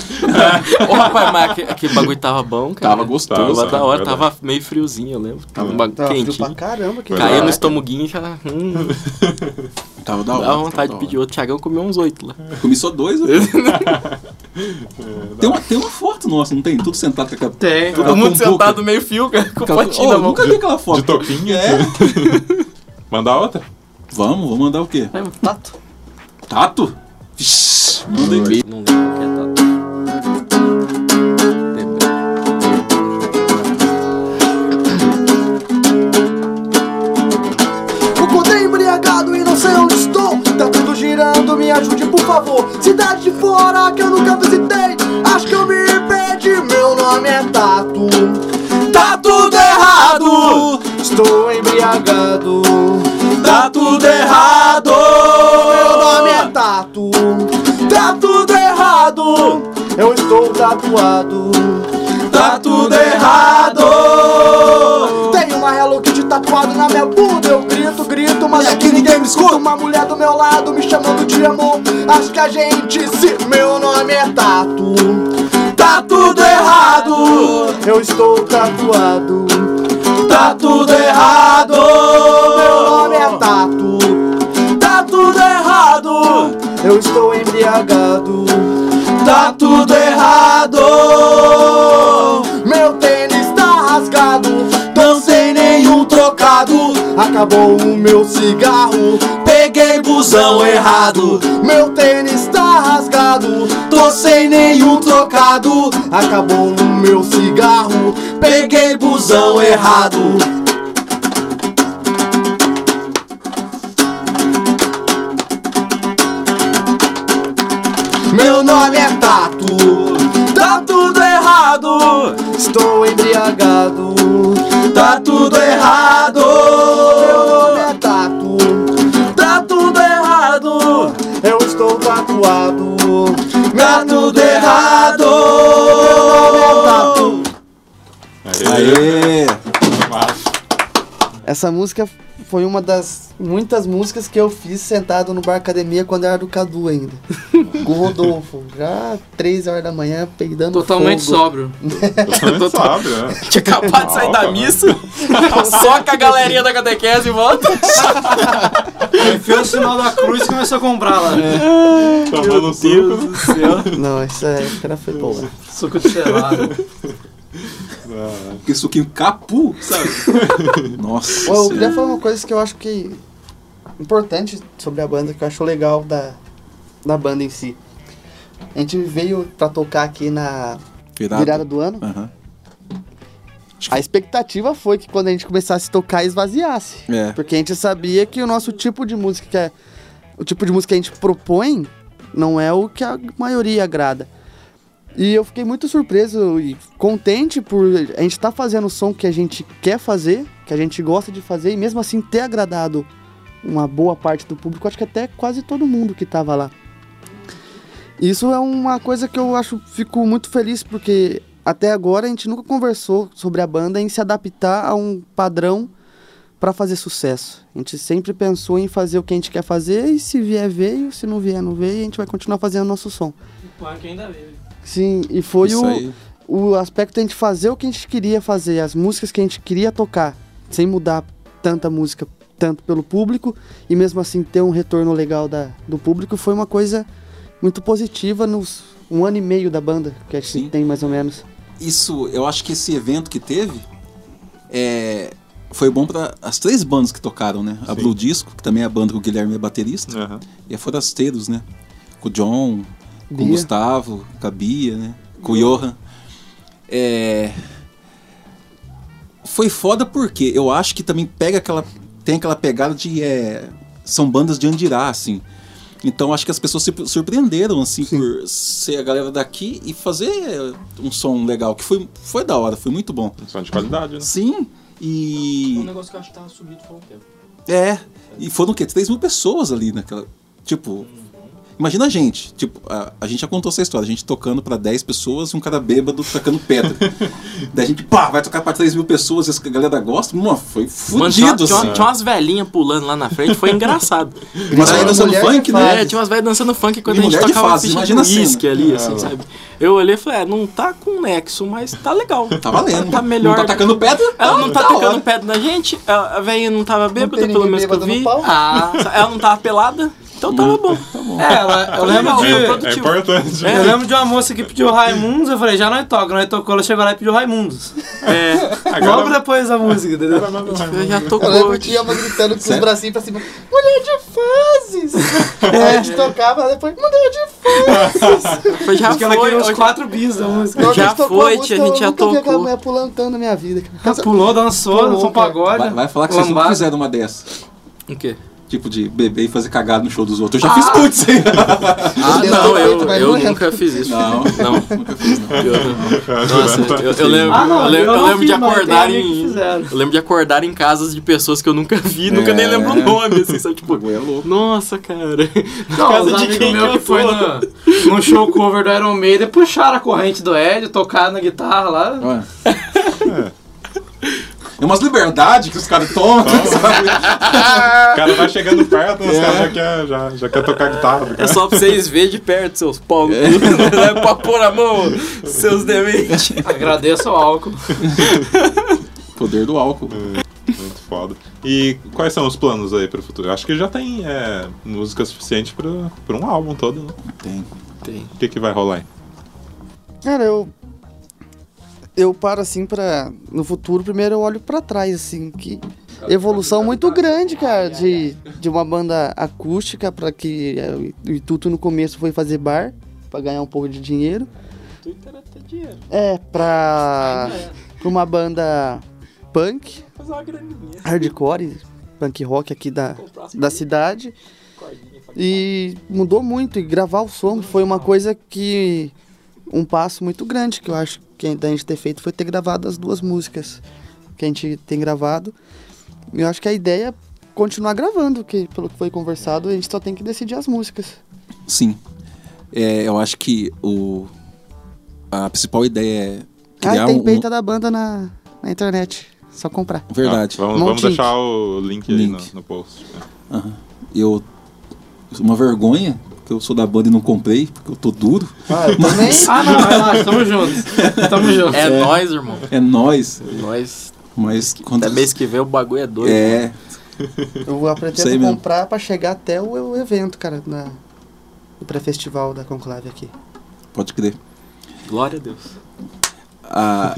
Ô, rapaz, mas aque- aquele bagulho tava bom, cara. Tava gostoso. Tava da hora, verdade. tava meio friozinho, eu lembro. Tava um bagulho Tava frio pra quentinho. caramba. Que Caía Caraca. no estomaguinho já. Hum, Tava da hora. dava tava vontade da de hora. pedir outro. Thiagão comeu uns oito lá. Comi só dois. né? tem, uma, tem uma foto nossa, não tem? Tudo sentado com aquela. Tem. Tudo Todo mundo com boca. sentado meio fio, cara, com Aquela- potinho Oh, na mão. nunca vi aquela foto. De toquinha. É. um Mandar outra? Vamos, vamos mandar o É quê? um Tato. Tato? Vixi, manda aí. Não lembro o que é, tá. Acordei embriagado e não sei onde estou. Tá tudo girando, me ajude por favor. Cidade de fora que eu nunca visitei. Acho que eu me perdi, meu nome é Tato. Tá tudo errado. Estou embriagado. Tá tudo errado. Meu nome é Tato. Tá tudo errado. Eu estou tatuado. Tá tudo errado. Tem uma Hello Kitty tatuada na minha bunda Eu grito, grito, mas aqui ninguém me escuta Uma mulher do meu lado me chamando de amor Acho que a gente se... Meu nome é Tato Tá tudo errado Eu estou tatuado Tá tudo errado Meu nome é Tato Tá tudo errado Eu estou embriagado Tá tudo errado Meu tênis tá rasgado Não sei nenhum trocado Acabou o meu cigarro Peguei busão errado Meu tênis tá rasgado Tô sem nenhum trocado Acabou o meu cigarro Peguei busão errado Meu nome é Tato, tá tudo errado. Estou embriagado, tá tudo errado. Meu nome é Tato, tá tudo errado. é Eu estou tatuado, tá tudo errado. Aê! Essa música foi uma das muitas músicas que eu fiz sentado no bar academia quando era do Cadu ainda. Com o Rodolfo. Já três horas da manhã, peidando Totalmente fogo. sóbrio. Totalmente sábio, né? Tinha acabado de sair da Alta, né? missa, só com a galerinha da catequese e volta. Enfiou o sinal da cruz e começou a comprar lá. Tomando suco. né? Não, essa época foi boa. Suco de selado. Ah, Que suquinho capu, sabe? Nossa. é Ô, Eu queria senhora. falar uma coisa que eu acho que importante sobre a banda, que eu acho legal da, da banda em si. A gente veio pra tocar aqui na Virado. virada do ano. Aham. A expectativa foi que quando a gente começasse a tocar, esvaziasse. É. Porque a gente sabia que o nosso tipo de música que é. O tipo de música que a gente propõe não é o que a maioria agrada. E eu fiquei muito surpreso e contente por a gente estar fazendo o som que a gente quer fazer, que a gente gosta de fazer, e mesmo assim ter agradado uma boa parte do público, acho que até quase todo mundo que estava lá. Isso é uma coisa que eu acho, fico muito feliz, porque até agora a gente nunca conversou sobre a banda em se adaptar a um padrão para fazer sucesso. A gente sempre pensou em fazer o que a gente quer fazer e se vier, veio, se não vier, não veio, e a gente vai continuar fazendo o nosso som. Punk ainda vive. Sim, e foi Isso o, aí. o aspecto de a gente fazer o que a gente queria fazer, as músicas que a gente queria tocar, sem mudar tanta música, tanto pelo público, e mesmo assim ter um retorno legal da, do público, foi uma coisa muito positiva nos um ano e meio da banda, que a gente Sim. tem mais ou menos. Isso, eu acho que esse evento que teve é, foi bom para as três bandas que tocaram, né? A Sim. Blue Disco, que também é a banda que o Guilherme é baterista, aham. e a Forasteiros, né? Com o John, com o Bia. Gustavo, com a Bia, né? Com o Johan. É, Foi foda porque eu acho que também pega aquela. Tem aquela pegada de. é, São bandas de Andirá, assim. Então acho que as pessoas se surpreenderam, assim, por ser a galera daqui e fazer é, um som legal, que foi, foi da hora, foi muito bom. Som de qualidade, né? Sim, e. É um negócio que eu acho que tava subido por um tempo. É. E foram o quê? 3 mil pessoas ali naquela. Tipo. Imagina a gente. Tipo, a, a gente já contou essa história. A gente tocando pra 10 pessoas e um cara bêbado tacando pedra. Daí a gente, pá, vai tocar pra 3 mil pessoas e essa galera gosta. Mano, foi Mano, tinha, fudido, tinha- assim. tinha umas velhinhas pulando lá na frente, foi engraçado. Mas aí Uma dançando mulher funk, de né? fase. É, tinha umas velhas dançando funk quando E a gente mulher de tocava fase, ficha imagina a de uísque cena. ali, É, assim, lá. sabe? Eu olhei e falei, é, não tá com nexo, mas tá legal. Tá valendo. Tá melhor. Não tá tacando pedra? Ela não tá da tacando hora. pedra na gente, a a velhinha não tava bêbada, tem pelo ninguém menos que eu bêbado no vi. pau. Ah, ela não tava pelada, então tava bom. tá É, ela- eu lembro Legal, de. produtivo. É importante. É. Eu lembro de uma moça que pediu Raimundos, eu falei, já nós toca, nós tocou, ela chegou lá e pediu Raimundos. É, Logo depois da música, entendeu? eu já tô Eu lembro coach. que Yama gritando com os Sério? bracinhos pra cima, mulher de fases! Aí a gente tocava, ela depois, mulher de Foi, tipo, já Acho que ela foi, queria uns hoje- quatro bis da música. fases! Já A gente tocou foi, a tia, música, a gente já eu nunca vi aquela tocou. mulher pulando tanto na minha vida. cara. Ela pulou, dançou, Pulou, dançou um cara. pagode. Vai, vai falar que vocês não lambada. fizeram uma dessa. O quê? Tipo de beber e fazer cagada no show dos outros. Eu já fiz muito isso aí. Ah, Deus, não, eu eu, aguento, mas eu não é. nunca fiz isso. Não. não. Nunca fiz, não. Eu, nossa, eu, eu lembro, Ah, não, eu lembro, eu eu não lembro de fiz, mas tem acordar amigos que em. fizeram. Eu lembro de acordar em casas de pessoas que eu nunca vi, nunca nem lembro o É. nome, assim, sabe? Tipo, Pô, é louco. nossa, cara. Na Não, casa os de amigos quem meus que eu foi tô? na- num show cover do Iron Maiden, puxaram a corrente do Hélio, tocaram na guitarra lá. Olha. É umas liberdades que os caras tomam. sabe? O cara vai chegando perto, os É. caras já quer, já, já quer tocar guitarra. do É cara. só pra vocês verem de perto, seus pau. É. pra pôr a mão, seus dementes. Agradeço ao álcool. Poder do álcool. É. Muito foda. E quais são os planos aí pro futuro? Acho que já tem é, música suficiente pra, pra um álbum todo, né? Tem. Tem. O que, que vai rolar aí? Cara, eu. Eu paro assim pra. No futuro, primeiro eu olho pra trás, assim. Que evolução muito grande, cara. De, de uma banda acústica, pra que. é, O intuito no começo foi fazer bar, pra ganhar um pouco de dinheiro. Twitter até dinheiro. É, pra. Pra uma banda punk, Fazer uma graninha. hardcore, punk rock aqui da, Comprar da cidade. E mudou muito. E gravar o som foi uma coisa que. Um passo muito grande que eu acho que da gente ter feito foi ter gravado as duas músicas que a gente tem gravado. E eu acho que a ideia é continuar gravando, que pelo que foi conversado, a gente só tem que decidir as músicas. Sim. É, eu acho que o, a principal ideia é criar ah, tem um, peita da banda na, na internet. Só comprar. Verdade. Ah, vamos Não vamos tinha. deixar o link, aí Link. no, no post. Eu. Uma vergonha, que eu sou da banda e não comprei, porque eu tô duro. Ah, eu também. Ah, não, relaxa, tamo junto. Tamo junto. É nóis, irmão. É nós. Nós. Mas quando. Até mês que vem o bagulho é doido. É, Eu Isso aí pretendo mesmo. comprar pra chegar até o, o evento, cara, na, no pré-festival da Conclave aqui. pode crer. Glória a Deus. Ah,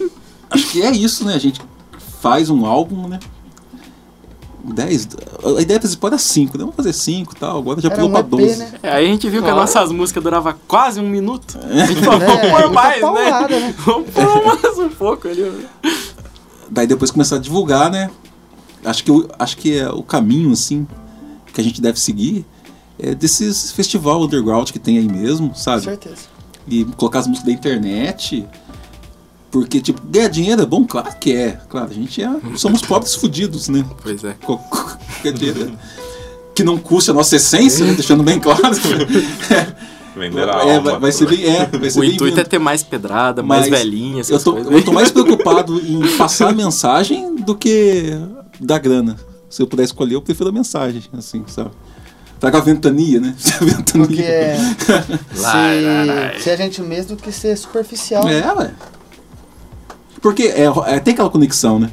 acho que é isso, né? A gente faz um álbum, né? 10. A ideia principal era 5, né? Vamos fazer 5 e tal. Agora já Era pulou um pra EP, 12. né? É, aí a gente viu que as nossas músicas duravam quase um minuto. A gente falou, É, vamos muita pôr mais, né? paulada, né? Vamos pôr mais um pouco ali. ó. Daí depois começar a divulgar, né? Acho que, o- acho que é o caminho, assim, que a gente deve seguir é desses festival underground que tem aí mesmo, Com sabe? certeza. e colocar as músicas da internet. Porque, tipo, ganhar dinheiro é bom? Claro que é. Claro, a gente é. Somos pobres fudidos, né? Pois é. Co- co- Ganhar dinheiro. Que não custe a nossa essência, né? deixando bem claro. Vender a É, alma. vai, vai ser bem. É, vai ser O bem intuito é ter mais pedrada, mais Mas velhinha, eu essas tô, coisas. eu tô mais preocupado em passar a mensagem do que da grana. Se eu puder escolher, eu prefiro a mensagem, assim, sabe? Traga a ventania, né? A ventania. Porque é. Lai, lai, lai. se, se a gente mesmo do que ser superficial. né? É, ué. Porque é, é, tem aquela conexão, né?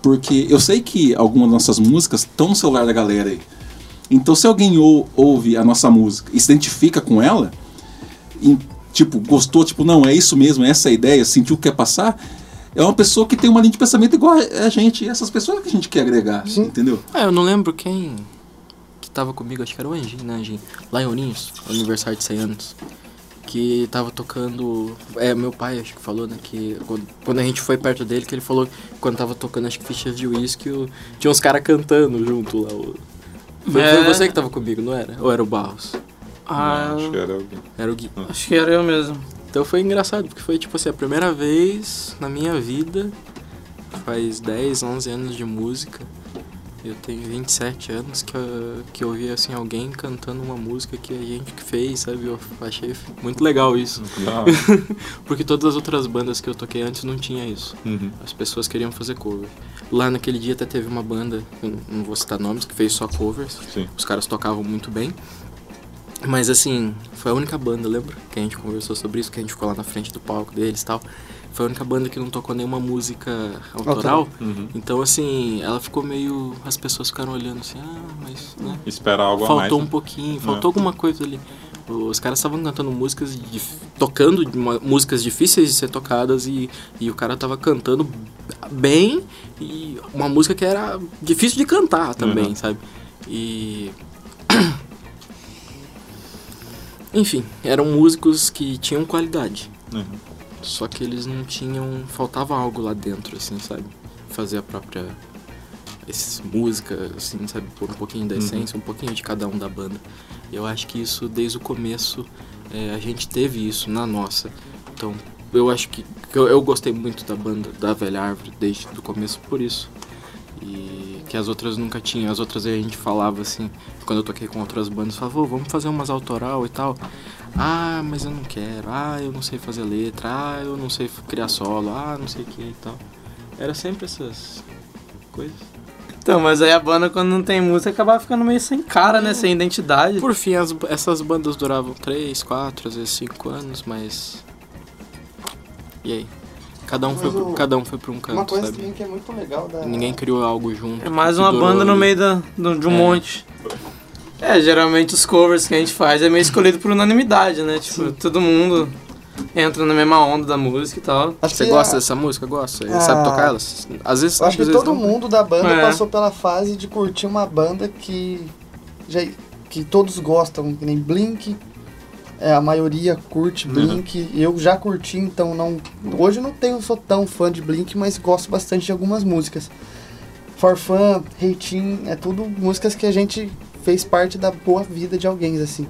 Porque eu sei que algumas das nossas músicas estão no celular da galera aí. Então se alguém ou- ouve a nossa música e se identifica com ela, e, tipo, gostou, tipo, não, é isso mesmo, é essa a ideia, sentiu o que quer passar, é uma pessoa que tem uma linha de pensamento igual a a gente. E essas pessoas é que a gente quer agregar, entendeu? Ah, eu não lembro quem que tava comigo, acho que era o Anjinho, né, Anjinho? Lá em Ourinhos, aniversário de 100 anos. Que tava tocando. É, meu pai, acho que falou, né? Que quando, quando a gente foi perto dele, que ele falou que quando tava tocando, acho que fichas de uísque, o- tinha uns caras cantando junto lá. o- Foi, É. foi você que tava comigo, não era? Ou era o Barros? Ah, Acho que era alguém. Era o Gui. acho que era eu mesmo. Então foi engraçado, porque foi tipo assim, a primeira vez na minha vida, faz 10, 11 anos de música, eu tenho 27 anos, que eu, que eu ouvi assim, alguém cantando uma música que a gente que fez, sabe? Eu achei muito legal isso. Ah, Porque todas as outras bandas que eu toquei antes não tinha isso. uhum. As pessoas queriam fazer cover. Lá naquele dia até teve uma banda, eu não vou citar nomes, que fez só covers. Sim. Os caras tocavam muito bem. Mas assim, foi a única banda, lembra? Que a gente conversou sobre isso, que a gente ficou lá na frente do palco deles e tal. Foi a única banda que não tocou nenhuma música autoral. Uhum. Então assim, ela ficou meio. As pessoas ficaram olhando assim, ah, mas. Né? Esperar algo faltou a mais. um né? pouquinho, faltou alguma coisa ali. Os caras estavam cantando músicas, dif- tocando de uma- músicas difíceis de ser tocadas e, e o cara tava cantando bem e uma música que era difícil de cantar também, Uhum. sabe? E. Enfim, eram músicos que tinham qualidade. Uhum. Só que eles não tinham. Faltava algo lá dentro, assim, sabe? Fazer a própria. Essas músicas, assim, sabe? Pôr um pouquinho Uhum. da essência, um pouquinho de cada um da banda. Eu acho que isso, desde o começo, é, a gente teve isso na nossa. Então, eu acho que. que Eu, eu gostei muito da banda da Velha Árvore desde o começo por isso. E que as outras nunca tinham. As outras a gente falava assim, quando eu toquei com outras bandas, falava, "Ô, vamos fazer umas autoral e tal. Ah, mas eu não quero. Ah, eu não sei fazer letra. Ah, eu não sei f- criar solo. Ah, não sei o que e tal. Era sempre essas coisas. Então, mas aí a banda, quando não tem música, acaba ficando meio sem cara, né? Sem identidade. Por fim, as- essas bandas duravam 3, 4, às vezes 5 anos, mas. E aí? Cada um, Mas foi, pro- o- cada um foi pra um canto, Uma coisa sabe? também que é muito legal da. Ninguém criou algo junto. É mais que uma durou banda no ali. meio da, do- de um É. monte. É, geralmente os covers que a gente faz é meio escolhido por unanimidade, né? Tipo, todo mundo entra na mesma onda da música e tal. Acho Você que gosta a- dessa música? Gosta? Ah. Sabe tocar elas? Às vezes Eu acho às que vezes todo não. mundo da banda É. passou pela fase de curtir uma banda que já é, que todos gostam, que nem Blink. é, a maioria curte Uhum. Blink. Eu já curti, então não. Hoje eu não tenho, sou tão fã de Blink, mas gosto bastante de algumas músicas. For Fun, Reitin, é tudo músicas que a gente fez parte da boa vida de alguém, assim.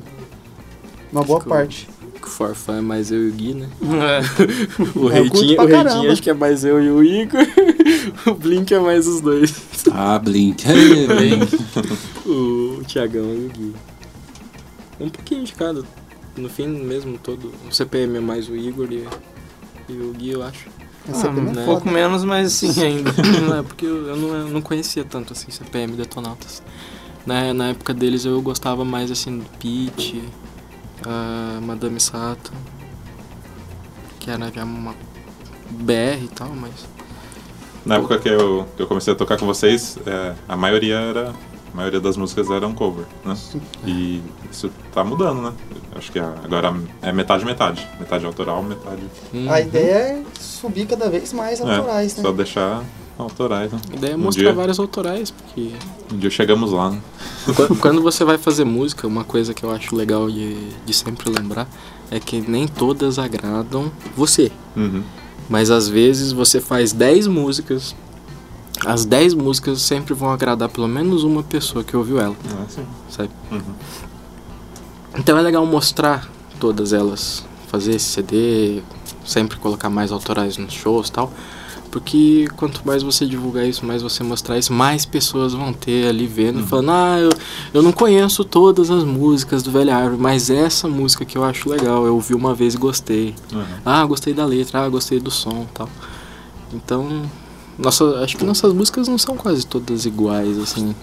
Uma boa Acho que eu- parte. Que o Forfã é mais eu e o Gui, né? É. O É, eu curto Reitinho, pra o Reitinho caramba. acho que é mais eu e o Igor. o Blink é mais os dois. Ah, Blink. É, Blink. O Tiagão e o Gui. Um pouquinho de cada. No fim mesmo todo. O CPM é mais o Igor e, e o Gui, eu acho. É um CPM é foda. pouco menos, mas sim ainda. Não, é porque eu eu não, eu não conhecia tanto assim CPM Detonautas. Na, na época deles eu gostava mais assim do Pete, a Madame Sato, que era já uma BR e tal, mas. Na época que eu, que eu comecei a tocar com vocês, é, a maioria era. A maioria das músicas eram cover, né? E isso tá mudando, né? Acho que agora é metade metade. Metade autoral, metade. Hum, A ideia é subir cada vez mais autorais, é, né? Só deixar autorais, né? a ideia é Um mostrar dia- vários autorais, porque Um dia chegamos lá, né? Qu- Quando você vai fazer música, uma coisa que eu acho legal de, de sempre lembrar é que nem todas agradam você. Uhum. Mas às vezes você faz 10 músicas, as 10 músicas sempre vão agradar pelo menos uma pessoa que ouviu ela, É, sim. sabe? Uhum. Então é legal mostrar todas elas, fazer esse CD, sempre colocar mais autorais nos shows e tal. Porque quanto mais você divulgar isso, mais você mostrar isso, mais pessoas vão ter ali vendo, Uhum. falando, ah, eu, eu não conheço todas as músicas do Velha Árvore, mas essa música que eu acho legal, eu ouvi uma vez e gostei. Uhum. Ah, gostei da letra, ah, gostei do som e tal. Então, nossa, acho que nossas músicas não são quase todas iguais, assim,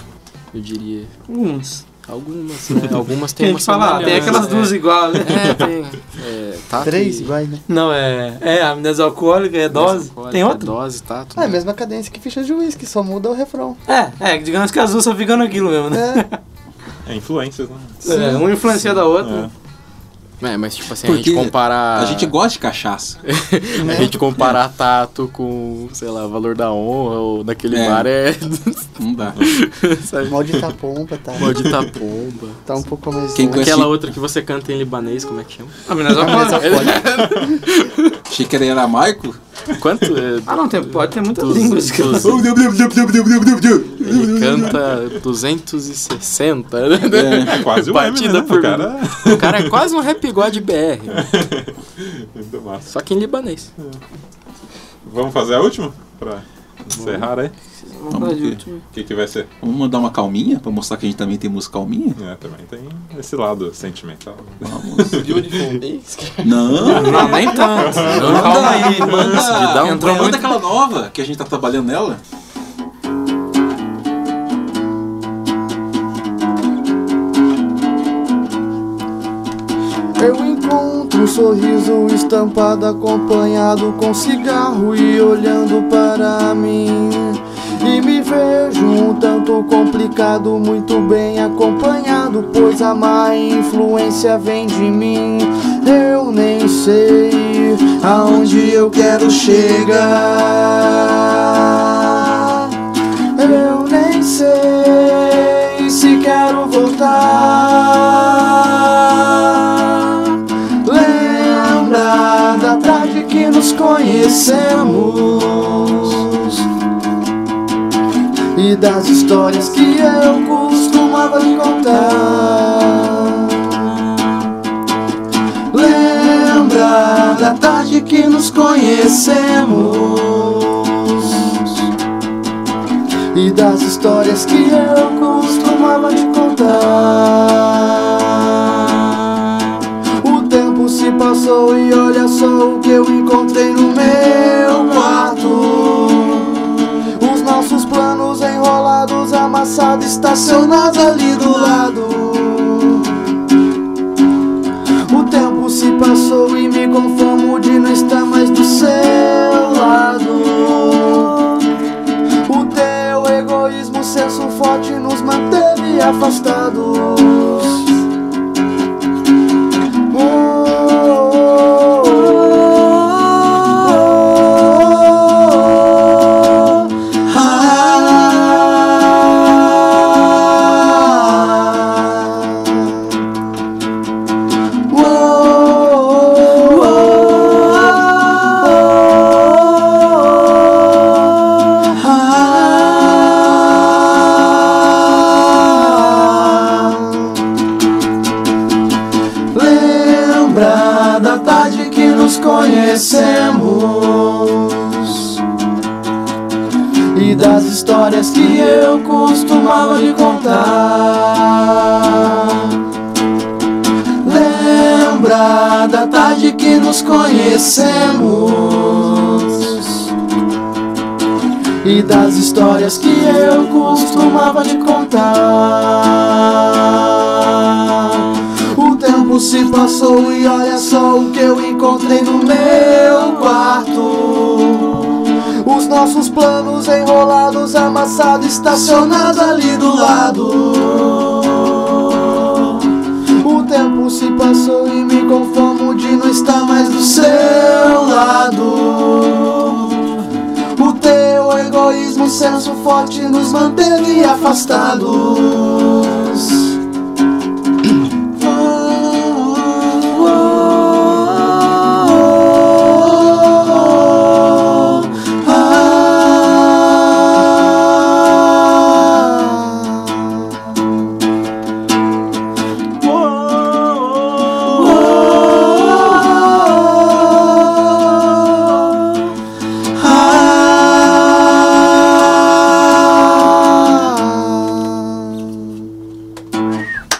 eu diria. Alguns. Algumas, né? Algumas tem Tem gente umas que são fala, ah, tem melhores, aquelas é. duas iguais, né? É, tem. É, tato Três e- iguais, né? Não, é. É, amnésia alcoólica, é dose. alcoólica, Tem outra? Dose, tato. Ah, é a né? mesma cadência que ficha de uísque, só muda o refrão. É, é, digamos que as duas só ficam naquilo mesmo, né? É, É influências, né? É, uma influencia da outra. É, mas tipo assim, a Porque gente comparar. A gente gosta de cachaça. a gente comparar tato com, sei lá, valor da honra ou daquele É. bar é. Não dá. sabe? maldita pompa, tá? Maldita pomba. Tá um pouco mais... Quem conhece- Aquela outra que você canta em libanês, como é que chama? Amnésia alcoólica. Achei que era em aramaico. Quanto? É, Ah, não, tem, pode ter muitas Dos- línguas. que- dos- ele canta 260, né? É quase o M, né? Batida por O cara O cara é quase um rap god BR, Muito massa. só que em libanês. é Vamos fazer a última? Pra encerrar aí? Vamos falar de último. O que, que vai ser? Vamos mandar uma calminha pra mostrar que a gente também tem música calminha? É, também tem esse lado sentimental. né? Não, não, Ah, Não, nem tanto. Calma aí. manda, dá um entrou banho. manda aquela nova que a gente tá trabalhando nela. Eu encontro um sorriso estampado acompanhado com cigarro e olhando para mim. E me vejo um tanto complicado, muito bem acompanhado, pois a má influência vem de mim. Eu nem sei aonde eu quero chegar. Eu nem sei se quero voltar. Lembra da tarde que nos conhecemos e das histórias que eu costumava te contar. Lembra da tarde que nos conhecemos e das histórias que eu costumava te contar. O tempo se passou e olha só o que eu encontrei no meu quarto. Os nossos planos enrolados, amassados, estacionados ali do lado. O tempo se passou e me conformo de não estar mais do seu lado. O teu egoísmo, senso forte nos manteve afastados. Oh, oh, oh, oh, ah. Uou, uou, uou, ah. Lembra da tarde que nos conhecemos e das histórias que eu costumava lhe contar. Lembra da tarde que nos conhecemos e das histórias que eu costumava te contar. O tempo se passou e olha só o que eu encontrei no meu quarto. Os nossos planos enrolados, amassados, estacionados ali do lado. O tempo se passou e me conformo de não estar mais do seu lado. O teu egoísmo e senso forte nos manteve afastados. Ah, ah, ah.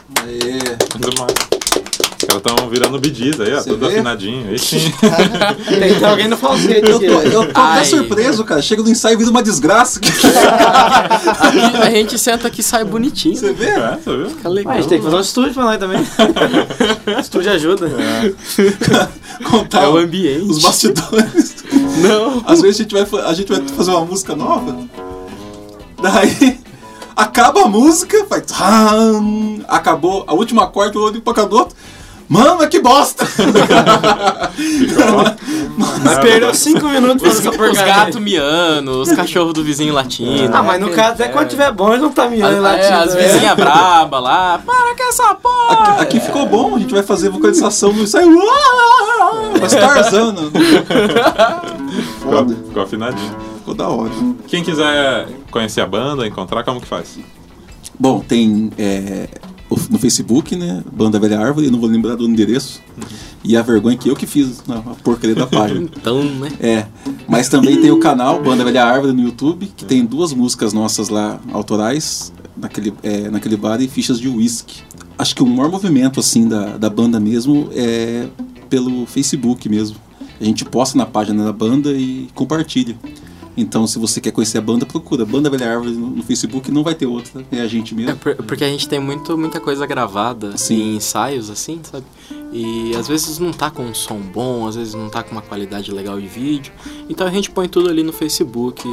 Demais. Os caras estão virando bidiz aí, ó. Você Tudo vê? afinadinho. Aí sim. Tem que ter alguém no falsete Eu aqui. tô, eu tô até Ai. surpreso, cara. Chega do ensaio e vira uma desgraça. A gente, a gente senta aqui e sai bonitinho. né? Você vê? É, você viu? Fica legal. Ah, a gente tem que fazer um estúdio pra nós também. estúdio ajuda. Contar É o ambiente. os bastidores. Não. Às vezes a gente vai, fa- a gente vai fazer uma música nova. Daí acaba a música, faz. tchan, Acabou a última corda, o olho pra cada outro. Mano, mas que bosta! Perdeu 5 minutos pra Os, essa os porcaria. gatos miando, os cachorros do vizinho latindo. Ah, mas no caso, até quando tiver bom, eles não tá As, miando é, lá. as vizinhas braba lá. Para com essa porra! Aqui ficou bom, a gente vai fazer vocalização no ensaio. Mas Tarzan, né? Ficou, ficou afinadinho. ficou da hora. Quem quiser conhecer a banda, encontrar, como que faz? Bom, tem é, o- no Facebook, né? Banda Velha Árvore, não vou lembrar do endereço. E a vergonha que eu que fiz na porcaria da página. Então, né? É, mas também tem o canal Banda Velha Árvore no YouTube, que tem duas músicas nossas lá, autorais, naquele, é, naquele bar e fichas de whisky. Acho que o maior movimento, assim, da, da banda mesmo é pelo Facebook mesmo. A gente posta na página da banda e compartilha. Então, se você quer conhecer a banda, procura Banda Velha Árvore no, no Facebook, não vai ter outra, é a gente É mesmo. por- porque a gente tem muito, muita coisa gravada Sim. em ensaios, assim, sabe? E às vezes não tá com um som bom, às vezes não tá com uma qualidade legal de vídeo. Então a gente põe tudo ali no Facebook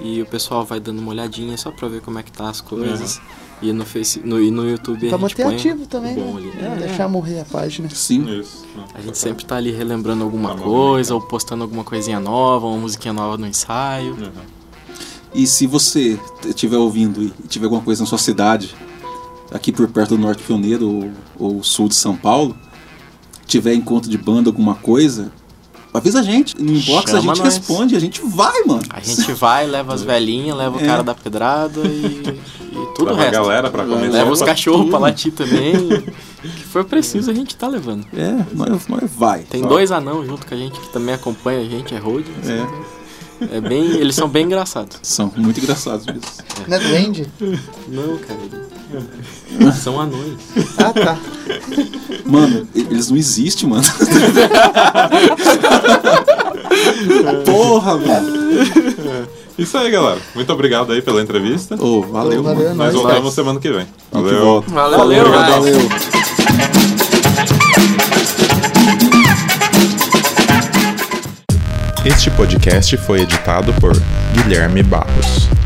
e o pessoal vai dando uma olhadinha só pra ver como é que tá as coisas. E no, face, no, e no YouTube Pra a gente manter põe um ativo também, bom né? ali. Não É, Deixar morrer a página. Sim. Isso. A gente sempre tá ali relembrando alguma Tá coisa, ou postando alguma coisinha nova, uma musiquinha nova no ensaio. Né. E se você estiver ouvindo e tiver alguma coisa na sua cidade, aqui por perto do Norte Pioneiro ou, ou sul de São Paulo, tiver encontro de banda, alguma coisa, avisa a gente. No inbox Chama a gente nós. responde, a gente vai, mano. A gente vai, leva as velhinhas, leva É. o cara da pedrada e, e tudo o Né. Leva a resto. galera pra começar. Leva os Opa, cachorros pra latir também. O que for preciso, a gente tá levando. É, nós, nós vai. Tem dois anão junto com a gente que também acompanha a gente, é Road. É, É bem, eles são bem engraçados. são muito engraçados isso. Não é duende? Não, cara. São anões. Ah, tá. Mano, e- eles não existem, mano. Porra, velho. Isso aí, galera. Muito obrigado aí pela entrevista. Ô, valeu. Valeu, mano. é nóis. Nós voltamos semana que vem. A gente Valeu. volta. Valeu, Valeu, guys. Valeu. Este podcast foi editado por Guilherme Barros.